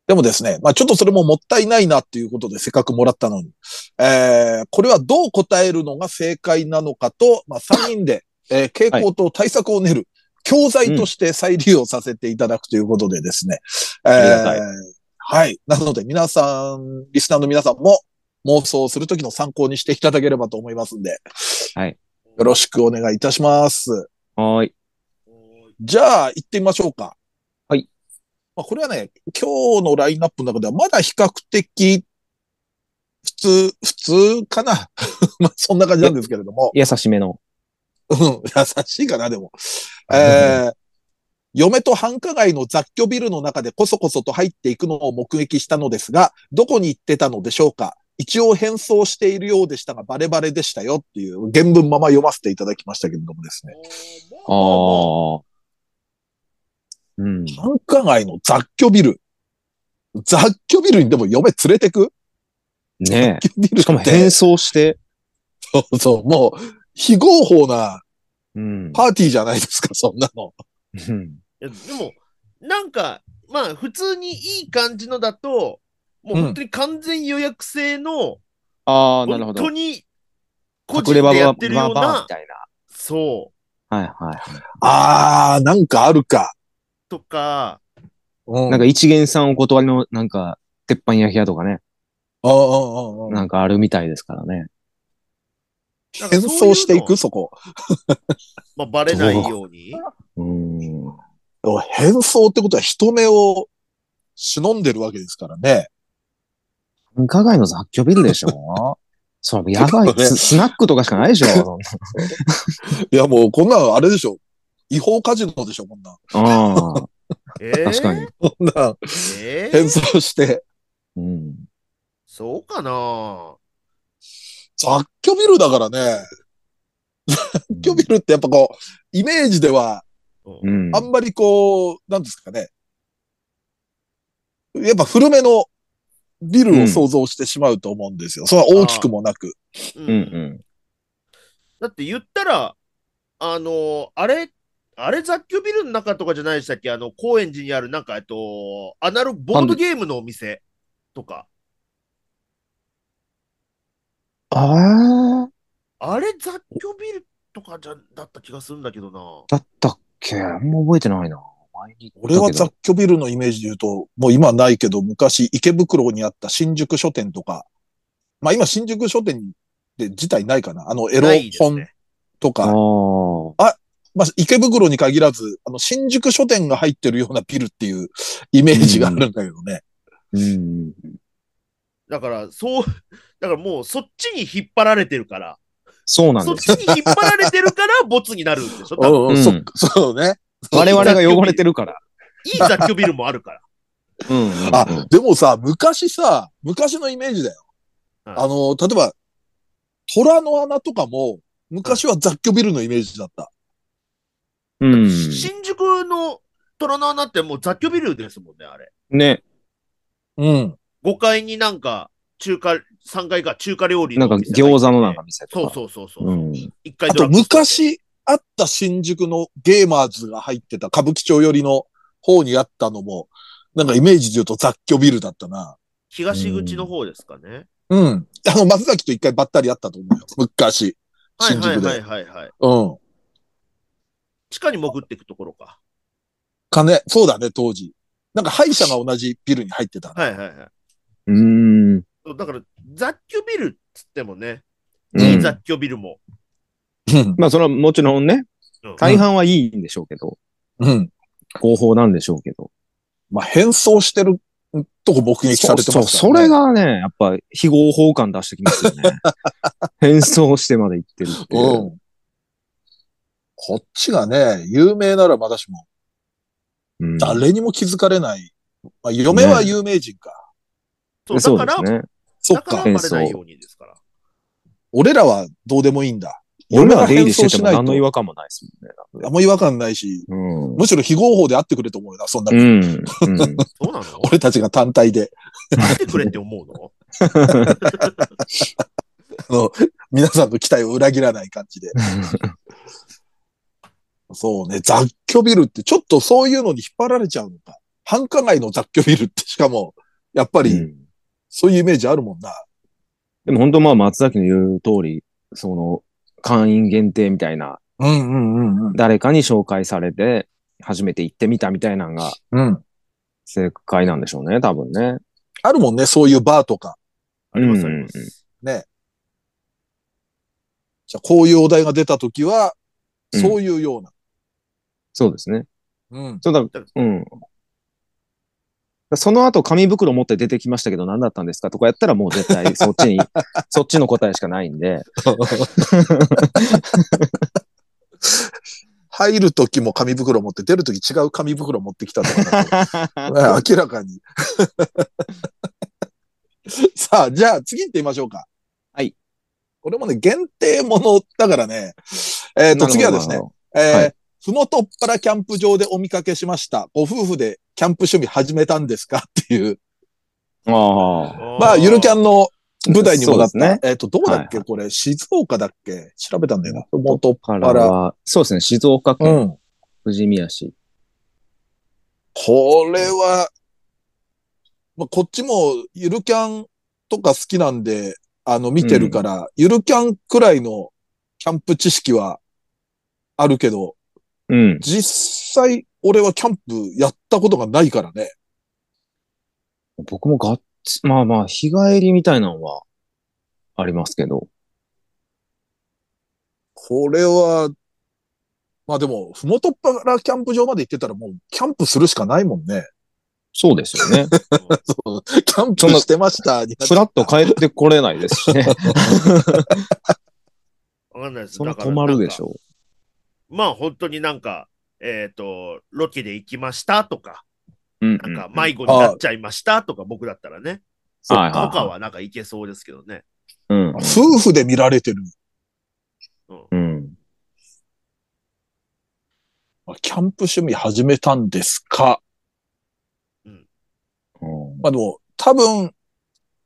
でもですね、まあちょっとそれももったいないなっていうことでせっかくもらったのに、えー、これはどう答えるのが正解なのかと、まあ3人で、えー、傾向と対策を練る、教材として再利用させていただくということでですね、ありえがたいー、はい。なので皆さん、リスナーの皆さんも妄想するときの参考にしていただければと思いますんで、はい。よろしくお願いいたします。はーい。じゃあ、行ってみましょうか。はい。まあ、これはね、今日のラインナップの中ではまだ比較的、普通、普通かな [laughs] まあ、そんな感じなんですけれど [laughs] も。優しめの。うん、優しいかな、でも。えー、嫁と繁華街の雑居ビルの中でこそこそと入っていくのを目撃したのですが、どこに行ってたのでしょうか一応変装しているようでしたが、バレバレでしたよっていう原文まま読ませていただきましたけれどもですね。ああ。うん。繁華街の雑居ビル。雑居ビルにでも嫁連れてくね雑居ビルっえ。て。しかも変装して。そうそう、もう、非合法なうん。パーティーじゃないですか、そんなの。うんいやでも、なんか、まあ、普通にいい感じのだと、もう本当に完全予約制の、ああ、なるほ本ど。当に、個人でやってるようなみ、たいそな。はいはあー、なんかあるか。う、とか、うい。なんか一元さんお断りの、なんか、鉄板焼き屋とかね。うんうんうんうんなんかあるみたいですからね。なんか変そういうの装していく、そこ。まあ、バレないように。うん。でも変装ってことは人目を忍んでるわけですからね。繁華街の雑居ビルでしょそう、やばちょっとい。ねススナックとかしかないでしょそんいや、もうこんなのあれでしょ。違法カジノでしょ、こんなん。なうん。えー確かに。。こんなんえー変装して。うん。そうかな雑居ビルだからね。雑居ビルってやっぱこう、イメージではうんあんまりこう、なんですかね。やっぱ古めのビルを想像してしまうと思うんですよ。それは大きくもなく。ううんうん。だって言ったら、あのーあれ、あれ雑居ビルの中とかじゃないでしたっけあの、高円寺にあるなんか、えっと、アナログボードゲームのお店とか。ああ、あれ雑居ビルとかじゃ、だった気がするんだけどな。だったっけあんま覚えてないな。前に俺は雑雑居ビルのイメージで言うと、もう今はないけど、昔池袋にあった新宿書店とか、まあ今新宿書店で自体ないかな。あのエロないです本ね。とあか、あ。まあ池袋に限らず、あの新宿書店が入ってるようなビルっていうイメージがあるんだけどね。うん。 [laughs] だから、そう、だからもうそっちに引っ張られてるから。そうなんそっでちす。に引っ張られてる [laughs] から、ボツになるんでしょ多分うん、うん、そっかそうね。我々が汚れてるから。いい雑居ビルもあるから。うんうんうんあ、でもさ、昔さ、昔のイメージだよ。はいあの、例えば、虎の穴とかも、昔は雑居ビルのイメージだった。うん。新宿の虎の穴ってもう雑居ビルですもんね、あれ。ね。うん。 5階になんか、中華、3階か中華料理なんかのお店が餃子のなんか店そとうか。そうそうそうう。ん。一階あドラと、ッグストアで。昔あった新宿のゲーマーズが入ってた歌舞伎町寄りの方にあったのも、なんかイメージで言うと雑居ビルだったな。東口の方ですかね。うん。あの、松崎と一回ばったりあったと思うよ。昔。はい新はい宿で。はいはいはい。うん。地下に潜っていくところか。金、そうだね、当時。なんか歯医者が同じビルに入ってた。はいはいはい。うん。そうだから、雑居ビルっつってもね、うんいい雑居ビルも。うん。まあ、それはもちろんね、うん大半はいいんでしょうけど、うん。合法なんでしょうけど。まあ、変装してるとこ目撃されてますから、ね。そうそうそれ。がね、やっぱ非合法感出してきますよ [laughs] ね。変装してまで行ってるっていう。うん。こっちがね、有名ならまだしも、うん誰にも気づかれない。まあ、嫁は有名人か。そう、そだうでかすら、ね。そだっからか。バレないようにですから。俺らはどうでもいいんだ。俺らが出入りして俺てら変装しもないと何の違和感もないですもんねあんま違和感ないし、うん。むしろ非合法であってくれと思うよな、そんな。うん。うん。そう [laughs] なの俺たちが単体で、来てくれって思うのあの、皆さんの期待を裏切らない感じで。そうね、雑居ビルってちょっとそういうのに引っ張られちゃうのか。繁華街の雑居ビルってしかも、やっぱうりんそういうイメージあるもんな。でも本当まあ松崎の言う通り、その会員限定みたいな、うんうんうんうん。誰かに紹介されて初めて行ってみたみたいなのがうん。正解なんでしょうね、多分ね。あるもんね、そういうバーとか。ありますありま [laughs] うんうんうす。じゃあこういうお題が出たときは、うんそういうような。そうですね。 [laughs] うん。そうだ、うん。その後紙袋持って出てきましたけど何だったんですかとかやったらもう絶 [laughs] 対そっちに、そっちの答えしかない [laughs] んで。入るときも紙袋持って、出るとき違う紙袋持ってきたとかだと、 [laughs] ね明らかに。 [laughs] さあ、じゃあ次行ってみましょうか。はい。これもね、限定ものだからね。えっ、と、次はですね、。えーはいふもとっぱらキャンプ場でお見かけしました。ご夫婦でキャンプ趣味始めたんですかっていう。ああ。まあ、ゆるキャンの舞台にもなった。そうですねえっ、と、どうだっけ、はこれ、静岡だっけ調べたんだよな。ふもとっぱからら。は、そうですね、静岡う県ん。富士宮市。これは、まあ、こっちもゆるキャンとか好きなんで、あの、見てるから、ゆるキャンくらいのキャンプ知識はあるけど、うん。実際、俺はキャンプやったことがないからね。僕もがっつ、まあまあ、日帰りみたいなのはありますけど。これは、まあでも、ふもとっぱらキャンプ場まで行ってたらもう、キャンプするしかないもんね。そうです [laughs] よね。そうキャンプしてました。になっちふゃらっっと帰ってこれないですし [laughs] ね。わかんないです。それだはから止まるでしなんかょまあ本当になんか、えっ、と、ロケで行きましたとか、う。うん、うなんか迷子になっちゃいましたとか、僕だったらね。そっかとかはなんか行けそうですけどね。うんた。夫婦で見られてる。うん。キャンプ趣味始めたんですかうんまあでも、多分、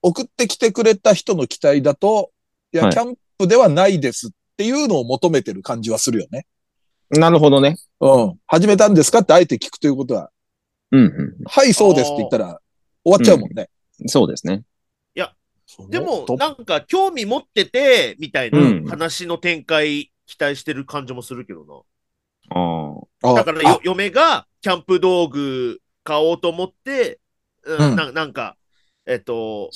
送ってきてくれた人の期待だと、いや、はいキャンプではないですっていうのを求めてる感じはするよね。なるほどね。うん。始めたんですかってあえて聞くということは、うん、うはい、そうですって言ったら終わっちゃうもんね。ん。そうですね。でも、となんか興味持ってて、みたいなうん話の展開期待してる感じもするけどな。ああ。あだからよ、嫁がキャンプ道具買おうと思って、うんうんななんか、えっと、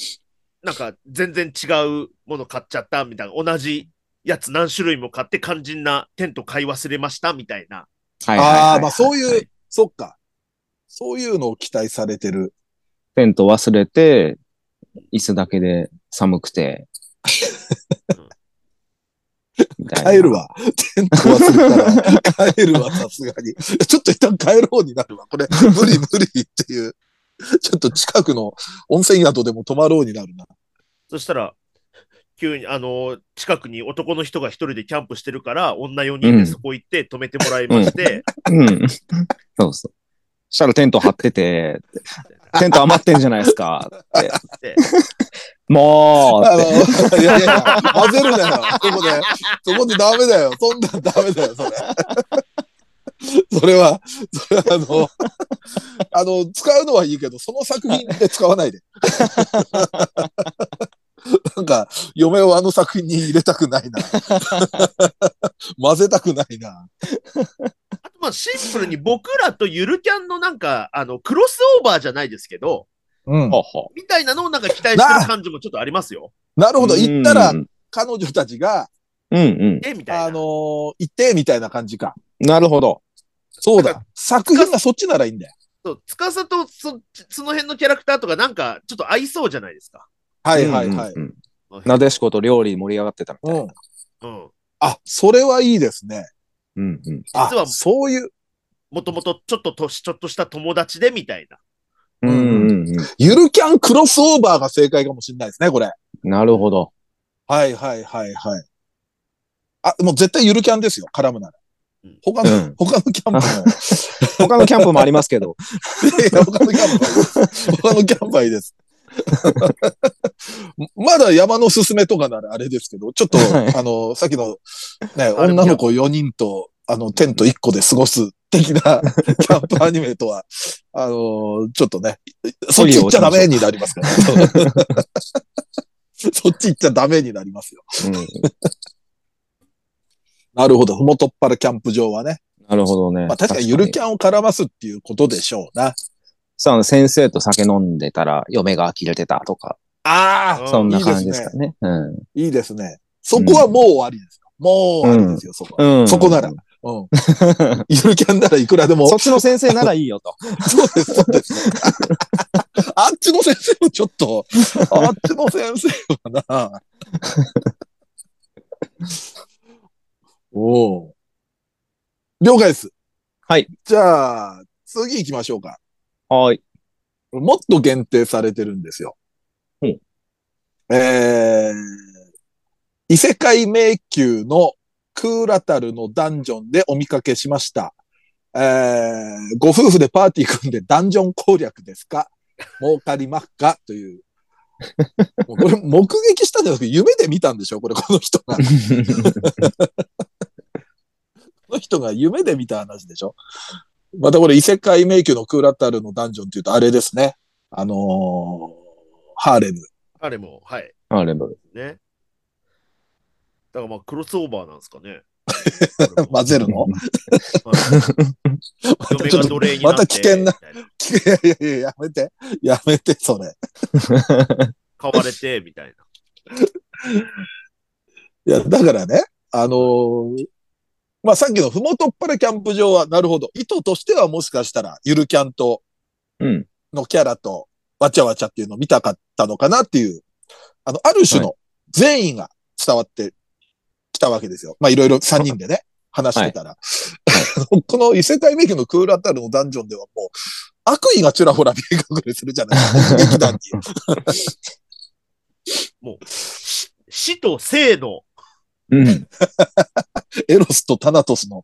なんか全然違うもの買っちゃったみたいな、同じやつ何種類も買って肝心なテント買い忘れましたみたいな。はいはいはいはいああ、まあそういう、はいそっか。そういうのを期待されてる。テント忘れて、 [laughs] 椅子だけで寒くて。たいな。帰るわ。テント忘れたら、帰るわ、さすがに。ちょっと一旦帰ろうになるわ。これ、無理無理っていう。ちょっと近くの温泉宿でも泊まろうになるな。そしたら、急に、あの、近くに男の人が一人でキャンプしてるから、女4人うでんそこ行って止めてもらいまして、うん。 [laughs] そうそう。したらテント張って [laughs] て、テント余ってんじゃないですかって。でもうあっての、 [laughs] いやいやいや、焦るなよ。そこで、そこでダメだよ。そんなんダメだよ、それ。 [laughs] それは、それはあの、あの、使うのはいいけど、その作品で使わ [laughs] ないで。なんか、嫁をあの作品に入れたく [laughs] ないな。混ぜたくないな。あとまあシンプルに僕らとゆるキャンのなんか、あの、クロスオーバーじゃないですけど、うん。ほうほみたいなのをなんか期待してる感じもちょっとありますよ。なるう。ほど。行ったらう、ん彼女たちが、うん。えみたいな。あの行って、みたいな感じか。なるほど。そうなだ。 [laughs] 作品がそっちならいいんだよ。そう、つかさとそその辺のキャラクターとかなんかちょっと合いそうじゃないですか。はいはいはい。うんうんうん。なでしこと料理盛り上がってたみたいうんな。うん。あ、それはいいですね。うんうん。あ実はそういう、もともとちょっと年、ちょっとした友達でみたいな。うんうんうん。ゆるキャンクロスオーバーが正解かもしれないですね、これ。なるほど。はいはいはいはい。あ、もう絶対ゆるキャンですよ、絡むならうん。他うの、ん他のキャンプも、他のキャンプもありますけど。いや [laughs] 他のキャンプはいいです、他のキャンプはいいです。まだ山のすすめとかならあれですけど、ちょっと、はいあの、さっきの、ね、あれ女の子4人と、あの、テント1個で過ごす的な [laughs] キャンプアニメとは、あの、ちょっとね、そっち行っちゃダメになりますから。そっち行っちゃダメになりますよ。うんなるほど。ふもとっぱらキャンプ場はね。なるほどね。まあ確かにゆるキャンを絡ますっていうことでしょうな。さあ、先生と酒飲んでたら、嫁が呆れてたとか、あうんそんな感じですかね。うんいいですね。そこはもう終わりですか。もう終わりですよ、そこは。うん。そこなら。うん。ゆるキャンならいくらでも。そ [laughs] っちの先生ならいいよと。そうです、そうです。あ [laughs] っちの先生もちょっと、あっちの先生はな。 [laughs] おお。了解です。 [laughs] はい。じゃあ、次行きましょうか。はい。 [laughs] もっと限定されてるんですよ。ほうえー、異世界迷宮のクーラタルのダンジョンでお見かけしました。えー、ご夫婦でパーティー組んでダンジョン攻略です [laughs] か儲かりまっかという。もうこれ目撃したんじゃなくて夢で見たんでしょこれこの人 [laughs] が。この人が夢で見た話でしょまたこれ異世界迷宮のクーラタルのダンジョンっていうとあれですね。あのー、ハーレム。あれも、はい。あれも。ね。だからまあ、クロスオーバーなんですかね。 [laughs] 混ぜるのはい [laughs] 嫁が奴隷になっまて。た危険ないみい。やいやいや、やめて。やめて、それ。買われて、みたいな。いや、だからね、あのーまあ、さっきのふもとっぱらキャンプ場は、なるほど。意図としてはもしかしたら、ゆるキャンと、うん。のキャラと、わちゃわちゃっていうのを見たかったのかなっていう、あの、ある種の善意が伝わってきたわけですよ。まあ、いろいろ3人でね、話してたら。 [laughs] この異世界迷宮のクーラータルのダンジョンではもう、悪意がちらほら見え隠れするじゃないですか、劇 [laughs] 団に。死と生の、うん。エロスとタナトスの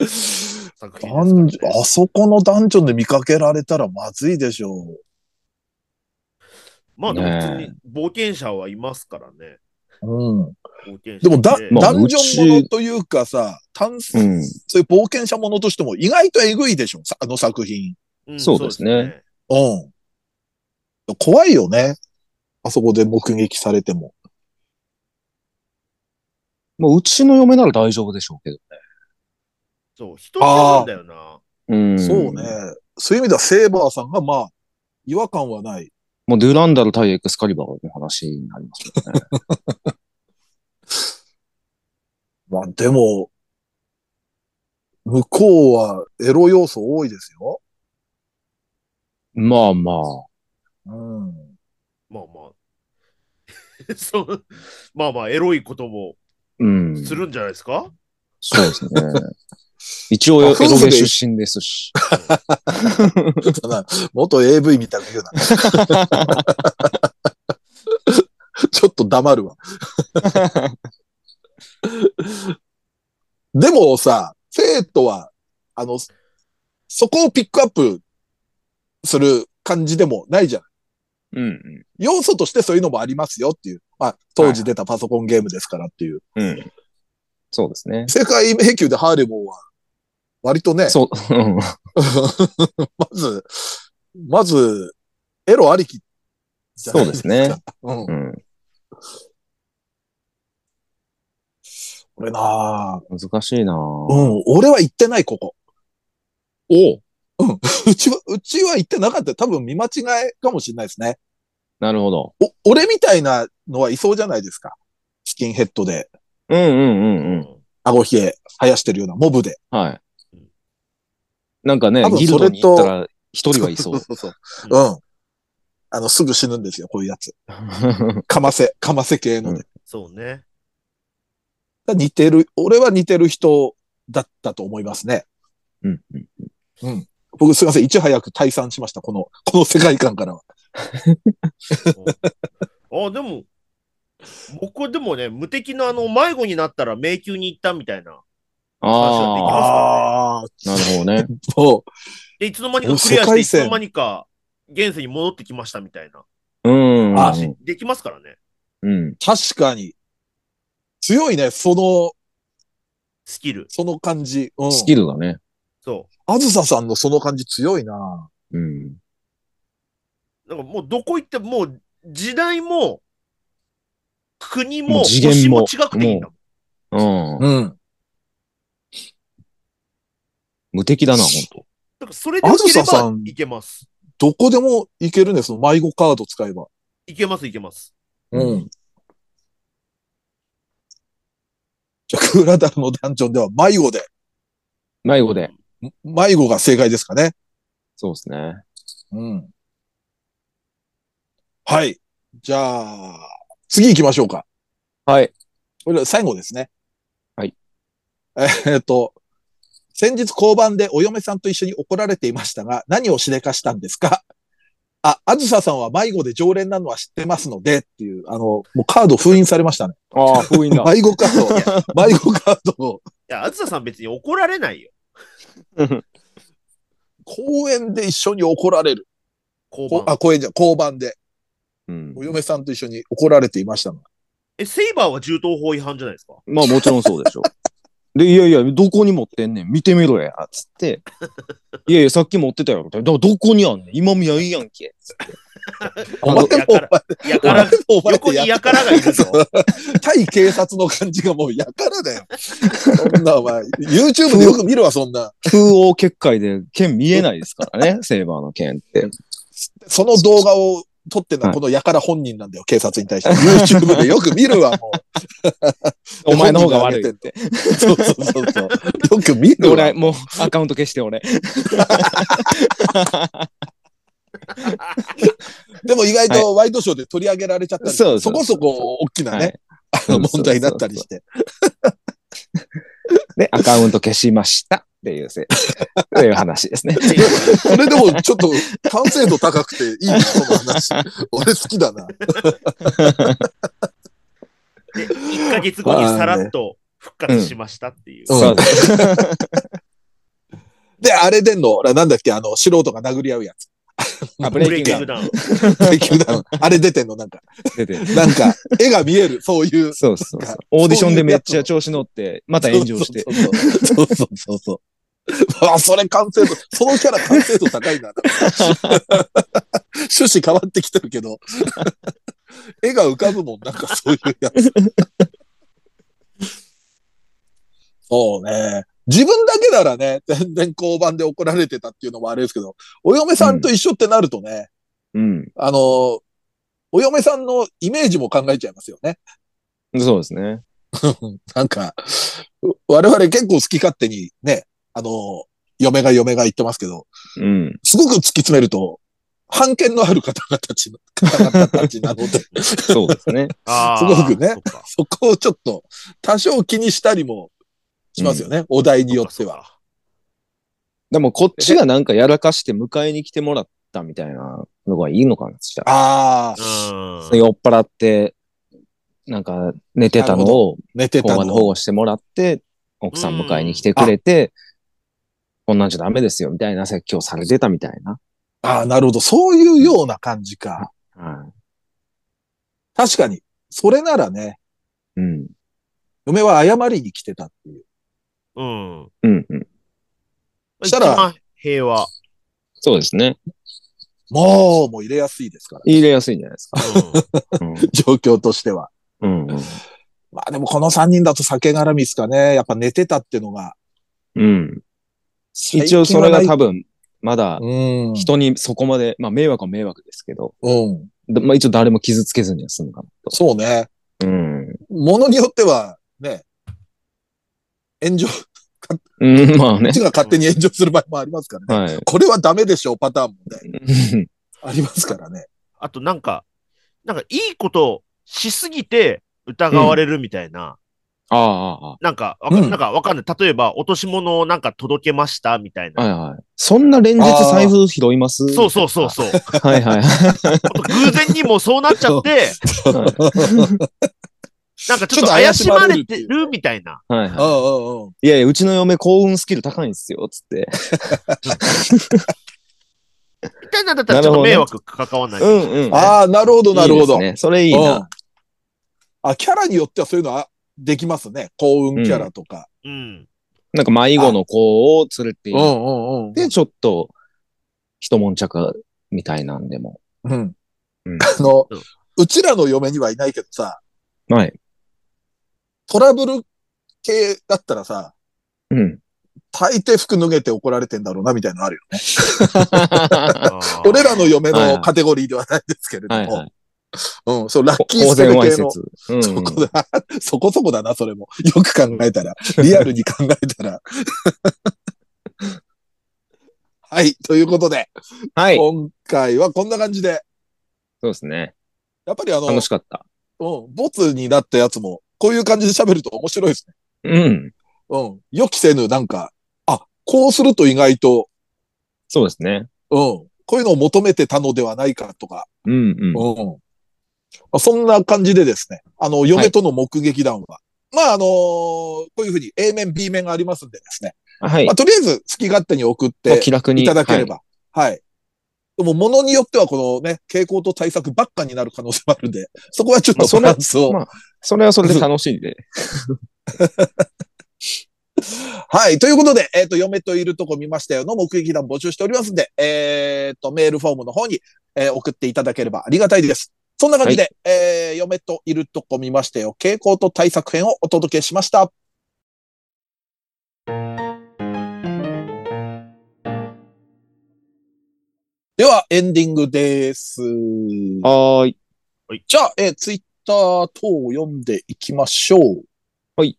う [laughs] ん、作品ダでンすジョからンねあそこのダンジョンで見かけられたらまずいでしょまあ、でも普通ねに冒険者はいますからね。う。うん。冒険者でもダ、まあダンジョンものというかさ、単うそういん。う冒険者ものとしても意外とエグいでしょ、さあの作品。うんそうですね。うん。怖いよね。あそこで目撃されても。まあ、うちの嫁なら大丈夫でしょうけどそう、人によるんだよな。ね。うん。そうね。。そういう意味ではセーバーさんがまあ、違和感はない。もうデュランダル対エクスカリバーの話になりますよね。まあでも、向こうはエロ要素多いですよ。まあまうあ。ん。まあまあ。 [laughs] そうまあまあ、エロいこともうん。するんじゃないですか、そうです [laughs] ね。一応、まあエロ夫婦ゲで出身ですし。そんな元 AV みたいな言うな。 [laughs] ちょっと黙るわ。 [laughs] でもさ、生徒は、あの、そこをピックアップする感じでもないじゃん。うん。要素としてそういうのもありますよっていう。まあ、当時出たパソコンゲームですからっていう。うん。そうですね。世界平級でハーレモンは、割とね、そう、うん。 [laughs] まず、まず、エロありきじゃなそいうですね。うんう。ん。俺なぁ。難しいなぁうん、俺は行ってない、ここ。おう [laughs] うちは、うちは行ってなかった。多分見間違えかもしれないですね。なるほど。お、俺みたいなのはいそうじゃないですか。スキンヘッドで、うんうんうんうん。顎ひげ生やしてるようなモブで。はいうん。なんかね多、分ギルドに行ったら一人はいそそう [laughs] う。[laughs] そうそう。うん。あの、すぐ死ぬんですよ、こういうやつ。かませ、かませ系ので。そうね。似てる、俺は似てる人だったと思いますね。うんうん僕すいません、いち早く退散しました、この、 [laughs] この世界観からは。うんあ、でも、僕はでもね、無敵のあの、迷子になったら迷宮に行ったみたいな。あああ、あ、なるほどね。 [laughs] そう。で、いつの間にかクリアして、世界いつ線の間にか現世に戻ってきましたみたいな。うん。あ話、できますからね。うん。確かに。強いね、その、スキル。その感じ。うん。スキルがね。そあずささんのその感じ強いなうん。う。なんかもうどこ行っても、もう時代も、国もも、う次元も星も違くていいんだもん。うん。うん。無敵だな、本だからそれでよけあれずささばんいけます。どこでもいけるんですよ、迷子カード使えば。。いけます、いけます。うんじゃあ、クーラダルのダンジョンでは迷子で。当。迷子で。迷子が正解ですかね。そうですね。うん。はい。じゃあ、次行きましょうか。はい。これ最後ですね。はい。えーっと、先日交番でお嫁さんと一緒に怒られていましたが、何をしでかしたんですかあ、あずささんは迷子で常連なのは知ってますので、っていう、あの、もうカード封印されましたね。ああ、封印だ。迷子カー [laughs] ド、迷子カードをいや、あずささん別に怒られないよ。公園で一緒に怒られる。交こ番。あ、公園じゃ、交番でうんお嫁さんと一緒に怒られていましたが。え、セイバーは銃刀法違反じゃないですか。まあもちろんそうでしょ。 [laughs] で、いやいや、どこに持ってんねん見てみろや、つ [laughs] って。いやいや、さっき持ってたやろ。だどこにあんねん今見やいやんけ。お前もやからやお前からも、お前横もにややからがいるぞ。対警察の感じがもうやからだよ。そんなお前、YouTube でよく見るわ、そんな。風王結界で剣見えないですから [laughs] ね、セイバーの剣って。その動画を撮ってんのははいこのやから本人なんだよ、警察に対して。YouTube でよく見るわ、もう。 [laughs] お前の方が悪い本っ人て。そうそうそうそう。よく見で、る俺、わ。もうアカウント消して俺。でも意外とワイドショーで取り上げられちゃったり、そうそこそこ大きなはいね、あの問題になったりして。で、アカウント消しましたっていうせ、っていう話ですね。それでもちょっと完成度高くていいな、この話。俺好きだな。 1ヶ月後にさらっと復活しましたっていう。うん [laughs] そうですで、あれでんの、ほらなんだっけ、あの、素人が殴り合うやつ。あブブレレイイキキンンググダウン。 [laughs] あれ出てんの、なんか。出て。なんか、絵が見える、そういう。そうそうそう。オーディションでめっちゃ調子乗って、また炎上して。そうそうそうそう [laughs] そう。あ、それ完成度、そのキャラ完成度高いな。趣旨変わってきてるけど。絵が浮かぶもん、なんかそういうやつ。そうね。自分だけならね、全然交番で怒られてたっていうのもあれですけど、お嫁さんと一緒ってなるとね、うん。あの、お嫁さんのイメージも考えちゃいますよね。そうですね。なんか、う我々結構好き勝手にね、あの、嫁が嫁が言ってますけど、うん。すごく突き詰めると、判権のある方々たちの、方々たちなので、そうですね。あすーごくねそっかそこをちょっと多少気にしたりもしますよね。お題によっては。でもこっちがなんかやらかして迎えに来てもらったみたいなのがいいのかな、した [laughs] ら。ああ、うん。酔っ払って、なんか寝てたのを寝てた公安の保の。護してもらって、奥さん迎えに来てくれて、こんなんじゃダメですよみたいな説教されてたみたいな。ああ、なるほど。そういうような感じか。は確かに。それならね、い。うん。嫁は謝りに来てたっていう。うん。うん、うん。したら一番平和。そうですね。もう、もう入れやすいです [laughs] から。入れやすいんじゃないですか。 [laughs] 状況としては。うん。うん。まあでもこの3人だと酒絡みですかね。やっぱ寝てたっていうのが。うん。一応それが多分、まだ分人にそこまで、まあ迷惑は迷惑ですけど、うん。うん。だまあ一応誰も傷つけずには済むかなそうね。と。うん。ものによっては、ね、炎上、こ [laughs] うん、まあねっち。が勝手に炎上する場合もありますからね。 [laughs] はい。これはダメでしょう、パターンもね。うんありますからね。あとなんか、なんかいいことしすぎて疑われるみたいな。ああ、あなんか、わかんうんなんかわかんない。例えば、落とし物をなんか届けましたみたいあ、な。はいはい。そんな連日財布拾いますそうそうそうそう。う。はいはい。あと偶然にもそうなっちゃって、なんかちょっと怪しまれてるみたいな。はいうはんうんうん。い。いやいや、うちの嫁幸運スキル高いんですよ、つって。みたいなんだったらちょっと迷惑かかわない。うんうん。ああ、なるほど、あなるほど。いいですね。それいいうんな。あ、キャラによってはそういうのはできますね。幸運キャラとか。うん。なんか迷子の子を連れて行っんうんて、ちょっと、一悶着みたいなんでも。うん。うんあのうん、うちらの嫁にはいないけどさ、はい。トラブル系だったらさ、 [laughs] うん。大抵服脱げて怒られてんだろうな、みたいなのあるよね。はあー俺らの嫁はいはのいカテゴリーではないですけれいはどもい。。うん、そう、ラッキー公スペ然ルわい系せの。つ。うんそこだ、 [laughs] そこそこだな、それも。よく考えたら。リアルに考えたら。 [laughs] はい。ということで、はい。そ今回はこんな感じで、うですね。やっぱりあの、楽しかった。うん、ボツになったやつも、こういう感じで喋ると面白いですね。うん。うん。予期せぬ、なんか、あ、こうすると意外と、そうですね。うん。こういうのを求めてたのではないかとか、うんうん。うん。まあそんな感じでですね、あの、嫁との目撃談は、まあ、あのーこういうふうに A 面、B 面がありますんでですね、はいまあ、。とりあえず好き勝手に送っもうて気楽に。いただければ。はい。でも、ものによってはこのね、傾向と対策ばっかになる可能性もあるんで、そこはちょっとまあそバれラはンスを。まあそれはそれで楽しいで。はい。ということで、えっ、と、嫁といるとこ見ましたよの目撃談募集しておりますんで、えっ、と、メールフォームの方に、えー送っていただければありがたいです。そんな感じで、えー嫁といるとこ見ましたよ傾向と対策編をお届けしました。では、エンディングです。はーい。じゃあ、えーツイッター等を読んでいきましょう。はい。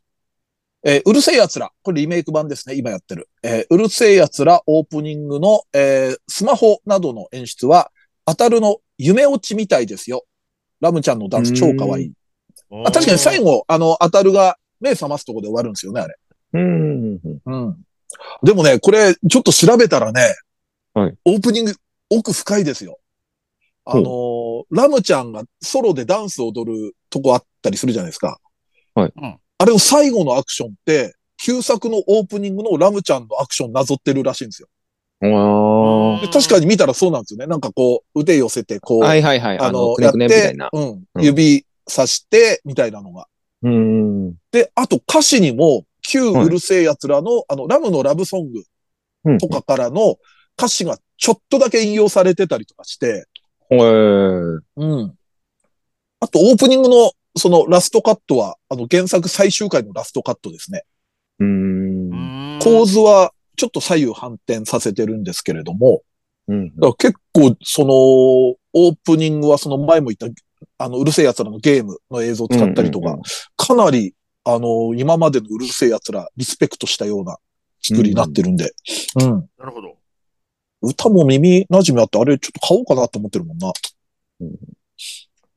えーうるせえ奴ら。これリメイク版ですね。今やってる。えーうるせえ奴らオープニングの、えースマホなどの演出は、アタルの夢落ちみたいですよ。ラムちゃんのダンス超可愛い。あ確かに最後、あの、アタルが目覚ますとこで終わるんですよね、あれ。うん。うん。でもね、これ、ちょっと調べたらね、はいオープニング、奥深いですよ。あのーラムちゃんがソロでダンスを踊るとこあったりするじゃないですか。はいうんあれを最後のアクションって、旧作のオープニングのラムちゃんのアクションなぞってるらしいんですよ。わで確かに見たらそうなんですよね。なんかこう、腕寄せて、こう、ー。はいはいはい。ああのの、、くやねっくねみたいてな、。うん、うん指さして、みたいなのが。うん。で、あと歌詞にも、旧はいうるせえ奴らの、あの、ラムのラブソングうんと。かからの歌詞がちょっとだけ引用されてたりとかして、へーうん。あとオープニングのそのラストカットは、あの原作最終回のラストカットですね。う。うんん構図はちょっと左右反転させてるんですけれども、うん。だから結構そのオープニングはその前も言った、あのうるせえ奴らのゲームの映像を使ったりとうんうかんうん、かなりあの今までのうるせえ奴らリスペクトしたような作りになってるんで、うん。なるほど。歌も耳馴染みあって、あれちょっと買おうかなと思ってるもんな。うん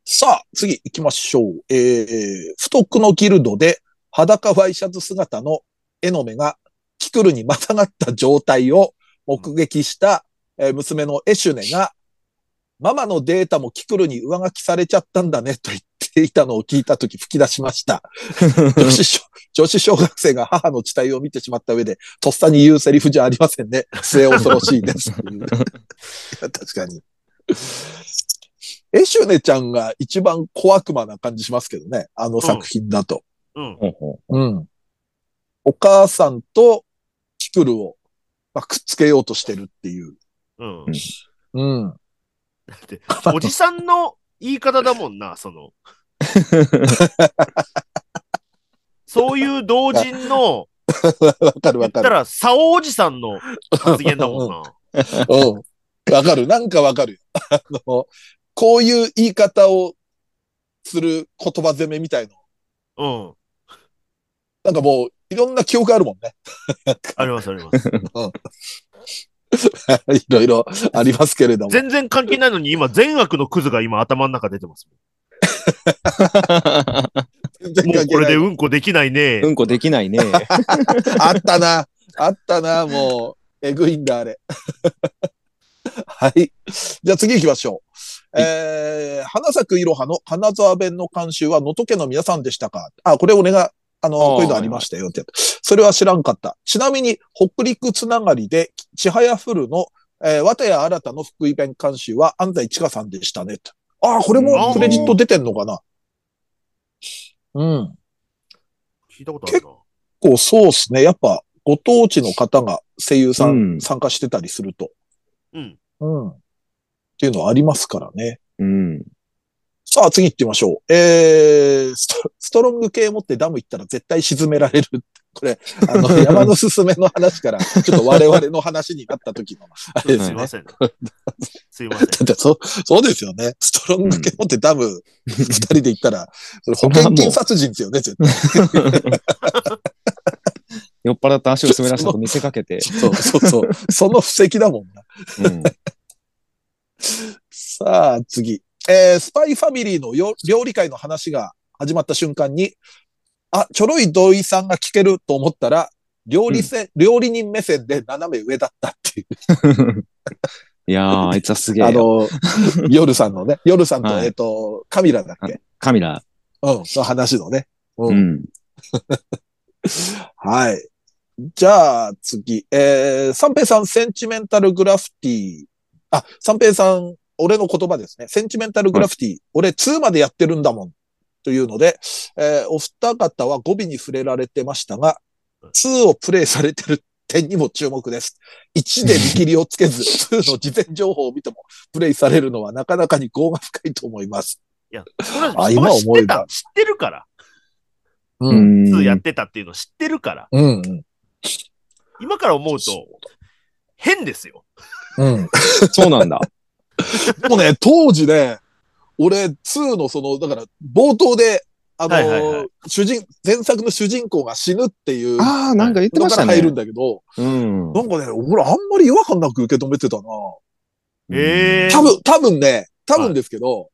さあ、次行きましょう。えー、不徳のギルドで裸ワイシャツ姿の絵の目がキクルにまたがった状態を目撃した、えー娘のエシュネが、ママのデータもキクルに上書きされちゃったんだねと言っていたのを聞いたとき吹き出しました。女子小女子小学生が母の地帯を見てしまった上で、とっさに言うセリフじゃありませんね。末恐ろしいです。っていういや確かに。エシュネちゃんが一番小悪魔な感じしますけどね。あの作品だと。うん。ほうほうん。お母さんとキクルを、まあ、くっつけようとしてるっていう。うんうん。うん。おじさんの言い方だもんな、そ [laughs] の。そういう同人の、わかる言っわかたる。ら、サオおじさんの発言だもんな。 [laughs] うん。わかる。なんかわかるよ。 [laughs] あの、こういう言い方をする言葉攻めみたいの。うん。なんかもう、いろんな記憶あるもんね。 [laughs] あります、あります。いろいろありますけれども。全然関係ないのに、今、善悪のクズが今、頭の中出てます。全然関係なう。もうこれでい。うんこできないねう。んこできないね。 [laughs] あったな。あったな。もう、えぐいんだ、あれ。 [laughs] はい。じゃあ次行きましょう。えー、花咲くいろはの金沢弁の監修は能登家の皆さんでしたかあ、これ俺が、あの、あーこういうのありましたよってやつ。それは知らんかった。ちなみに、北陸つながりで、ちはやふるの、えー、綿谷新たの福井弁監修は安西千佳さんでしたね。とああ、これもクレジット出てんのかなうん。聞いたことあるな。結構そうですね。やっぱ、ご当地の方が声優さん、うん参加してたりすると。うん。うん。っていうのはありますからね。 [laughs] うん。さあ、次行ってみましょう。えー、ストストロング系持ってダム行ったら絶対沈められる。 [laughs] これ、あ [laughs] の、山のすすめの話から、ちょっと我々の話になった時 [laughs] の、あれですすいね。ません。す [laughs] いません。だってそう、そうですよね。ストロング系持ってダム、二人で行ったら、それ保険金殺人ですよね、絶 [laughs] 対。酔っ払った足を滑らしたと見せかけて。そうそうそう。 [laughs] その布石だもんな。うんさあ、次。えースパイファミリーのよ料理会の話が始まった瞬間に、あ、ちょろい同意さんが聞けると思ったら、料理せ、料理人目線で斜め上だったっていう。いやー、あいつはすげえあよ。の、 [laughs] 夜さんのね、夜さんと、はいえっ、と、カミラだっけカミラ。うん、の話のね。う。うんん。はい。じゃあ、次。えー、三平さん、センチメンタルグラフィティ。あ、三平さん、俺の言葉ですね。センチメンタルグラフィティ、俺2までやってるんだもん。というので、えーお二方は語尾に触れられてましたが、2をプレイされてる点にも注目です。1で見切りをつけず、2の事前情報を見ても、プレイされるのはなかなかに業が深いと思います。いや、それあは今今知っ思えてばた。知ってるから。うう。ん2やってたっていうの知ってるから。うん、うん。今から思うと、変ですよ。うん。そうなんだ。もうね、当時ね、俺、2のその、だから、冒頭で、あの、はいはいはい主人、前作の主人公が死ぬっていう、あー、なんか言ってのましかたら入るんね。だけど、うん。なんかね、俺あんまり違和感なく受け止めてたな。えー多分、多分ね、多分ですけど、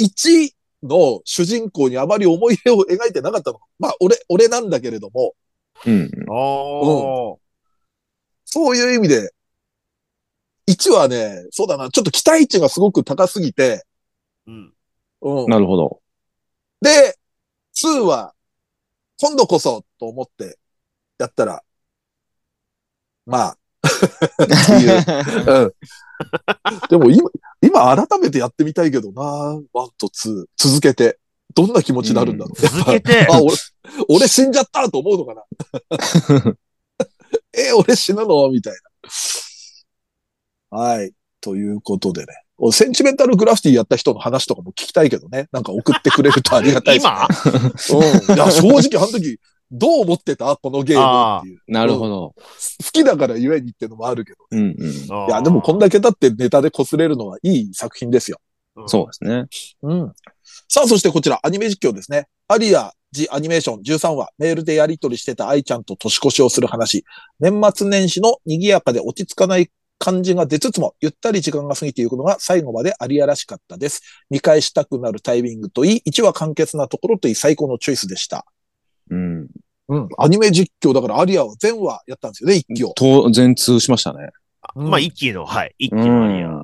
1の主人公にあまり思い入れを描いてなかったの。まあ、俺、俺なんだけれども、うん。ああ。そういう意味で、1はね、そうだな、ちょっと期待値がすごく高すぎて、うん。うん。なるほど。で、2は、今度こそと思ってやったら、まあ、って [laughs] いう。うん、でも今、今改めてやってみたいけどな、1と2、続けて。どんな気持ちになるんだろう。続けて、あ、俺、俺死んじゃったと思うのかな。え、俺死ぬのみたいな。はい。ということでね。おセンチメンタルグラフィティやった人の話とかも聞きたいけどね。なんか送ってくれる [laughs] とありがたいです、ね。 [laughs] う今ん。いや、正直あの時、どう思ってたこのゲームっていう。なるほど。好きだからゆえにっていうのもあるけど。うんうん。いや、でもこんな、だけだってネタで擦れるのはいい作品ですよ。うんそうですね。うん。さあ、そしてこちら、アニメ実況ですね。アリア、ジ・アニメーション13話、メールでやり取りしてた愛ちゃんと年越しをする話。年末年始の賑やかで落ち着かない感じが出つつも、ゆったり時間が過ぎていくのが最後までありやらしかったです。見返したくなるタイミングといい、1話完結なところといい、最高のチョイスでした。うん。うん。アニメ実況だからアリアを全話やったんですよね、一気を。と、全通しましたね。まあ、一気の、はい。一気のアリア。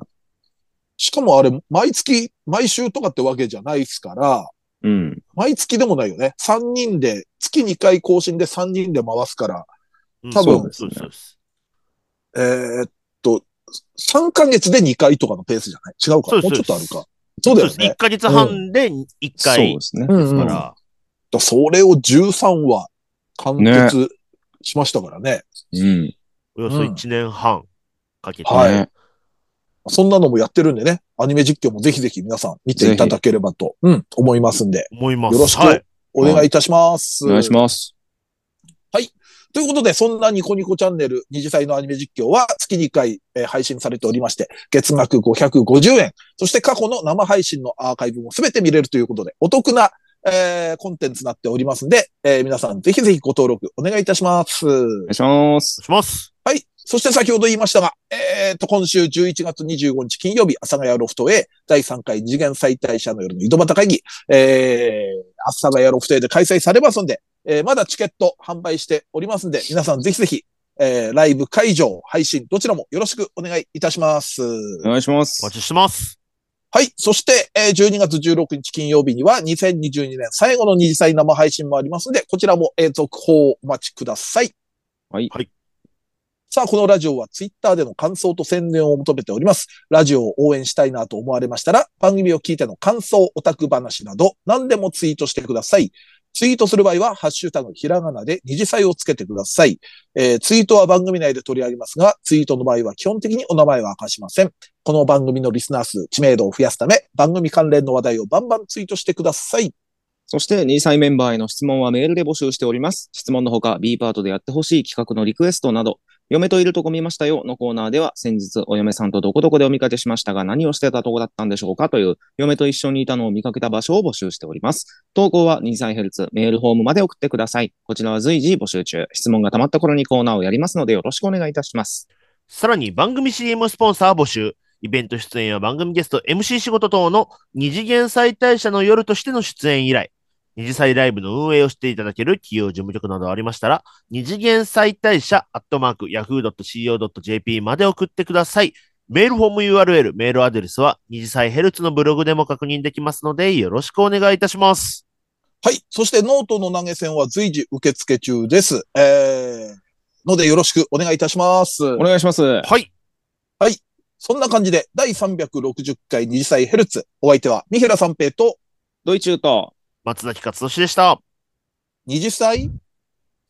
しかもあれ、毎月、毎週とかってわけじゃないですから、うん。毎月でもないよね。3人で、月2回更新で3人で回すから、うん多分そうですそうです。えーっと、3ヶ月で2回とかのペースじゃない違うかそうもうでちょすっとあるか。そうだよ1ね。ヶ月半で1そう回で。すうね。んかうんら、それを13話完結しましたからね。うん。およそ1年半かけて。はいねそんなのもやってるんでね、アニメ実況もぜひぜひ皆さん見ていただければと、うん、思いますんで、思います。よろしくはい。お願いいたします。お願いします。ということで、そんなニコニコチャンネル二次祭のアニメ実況は月2回、えー配信されておりまして、月額550円、そして過去の生配信のアーカイブもすべて見れるということで、お得な、えーコンテンツになっておりますんで、えー皆さんぜひぜひご登録お願いいたします。お願いします。します。はい。そして先ほど言いましたが、えー、と、今週11月25日金曜日、阿佐ヶ谷ロフト A、第3回二次元再退社の夜の井戸端会議、えー、阿佐ヶ谷ロフト A で開催されますんで、えー、まだチケット販売しておりますんで、皆さんぜひぜひ、えー、ライブ会場、配信、どちらもよろしくお願いいたします。お願いしますお。待ちしてます。はい。そして、えー12月16日金曜日には、2022年最後の二次祭生配信もありますので、こちらも、えー続報をお待ちください。はいはいさあ、このラジオはツイッターでの感想と宣伝を求めております。ラジオを応援したいなと思われましたら、番組を聞いての感想、オタク話など、何でもツイートしてください。ツイートする場合は、ハッシュタグひらがなで二次祭をつけてください。えーツイートは番組内で取り上げますが、ツイートの場合は基本的にお名前は明かしません。この番組のリスナー数、知名度を増やすため、番組関連の話題をバンバンツイートしてください。そして、2歳メンバーへの質問はメールで募集しております。質問のほか、B パートでやってほしい企画のリクエストなど、嫁といるとこ見ましたよのコーナーでは、先日お嫁さんとどこどこでお見かけしましたが、何をしてたとこだったんでしょうかという、嫁と一緒にいたのを見かけた場所を募集しております。投稿は2歳ヘルツ、メールフォームまで送ってください。こちらは随時募集中。質問が溜まった頃にコーナーをやりますので、よろしくお願いいたします。さらに番組 CM スポンサー募集。イベント出演や番組ゲスト、MC 仕事等の二次元再退社の夜としての出演以来、二次祭ライブの運営をしていただける企業事務局などありましたら、二次元再退社アットマーク yahoo.co.jp まで送ってください。メールフォーム URL、メールアドレスは二次祭ヘルツのブログでも確認できますので、よろしくお願いいたします。はい。そしてノートの投げ銭は随時受付中です。えー、のでよろしくお願いいたします。お願いします。はい。そんな感じで、第360回二次祭ヘルツ。お相手は、三平三平とドイチューと、松崎勝利でした。二次祭ヘ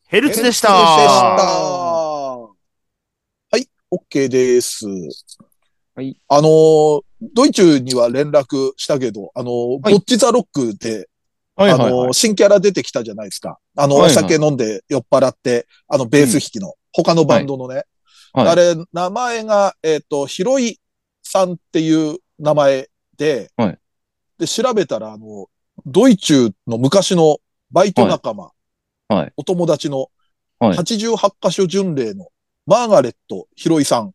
ヘルツでした。ルツでしたはい。OK です。はい。あのードイツには連絡したけど、あのーはいボッチザロックで、はあの、新キャラ出てきたじゃないですか。あの、はいはいお酒飲んで酔っ払って、あの、ベース弾きの、他のバンドのね。はいあれ、名前が、えっ、と、ひろいさんっていう名前で、はいで、調べたら、あの、ドイチューの昔のバイト仲間、いはいお友達の、はい88箇所巡礼のマーガレットひろいさん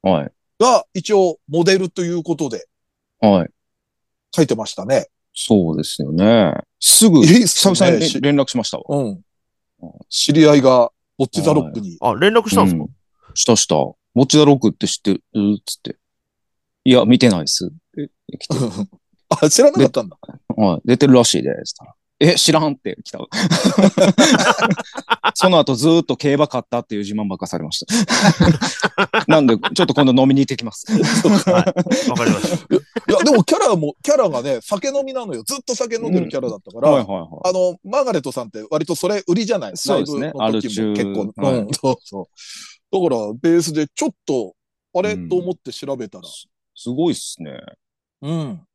はい。が一応モデルということではい。書いてましたね。そうですよね。すぐ、え久々に連連絡しましたわ。うん。知り合いが、ボッチザロックにあ、連絡したんですか、うんしたした。モッチダロックって知ってるつって。いや、見てないっす。え来てる [laughs] あ、知らなかったんだ。はい。出てるらしいです。つったらえ、知らんって来た。 [laughs] その後ずーっと競馬買ったっていう自慢ばっかされました。 [laughs] なんで、ちょっと今度飲みに行ってきます。はい。わかりました。いや、でもキャラも、キャラがね、酒飲みなのよ。ずっと酒飲んでるキャラだったから、はいはいはあの、マーガレットさんって割とそれ売りじゃないそうですラねイブの時もアル結中構、はいうん、そうそう。だから、ベースでちょっと、あれ、うんと思って調べたらい、。すすごいっすね。うん、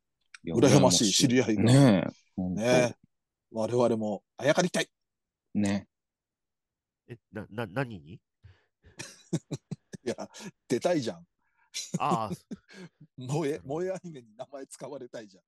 いや羨ましい知り合いがねえ。ほんとね我々も、あやかりたい。ね。え、な、な、何にいや、出たいじゃん。ああ、萌え、萌えアニメに名前使われたいじゃん。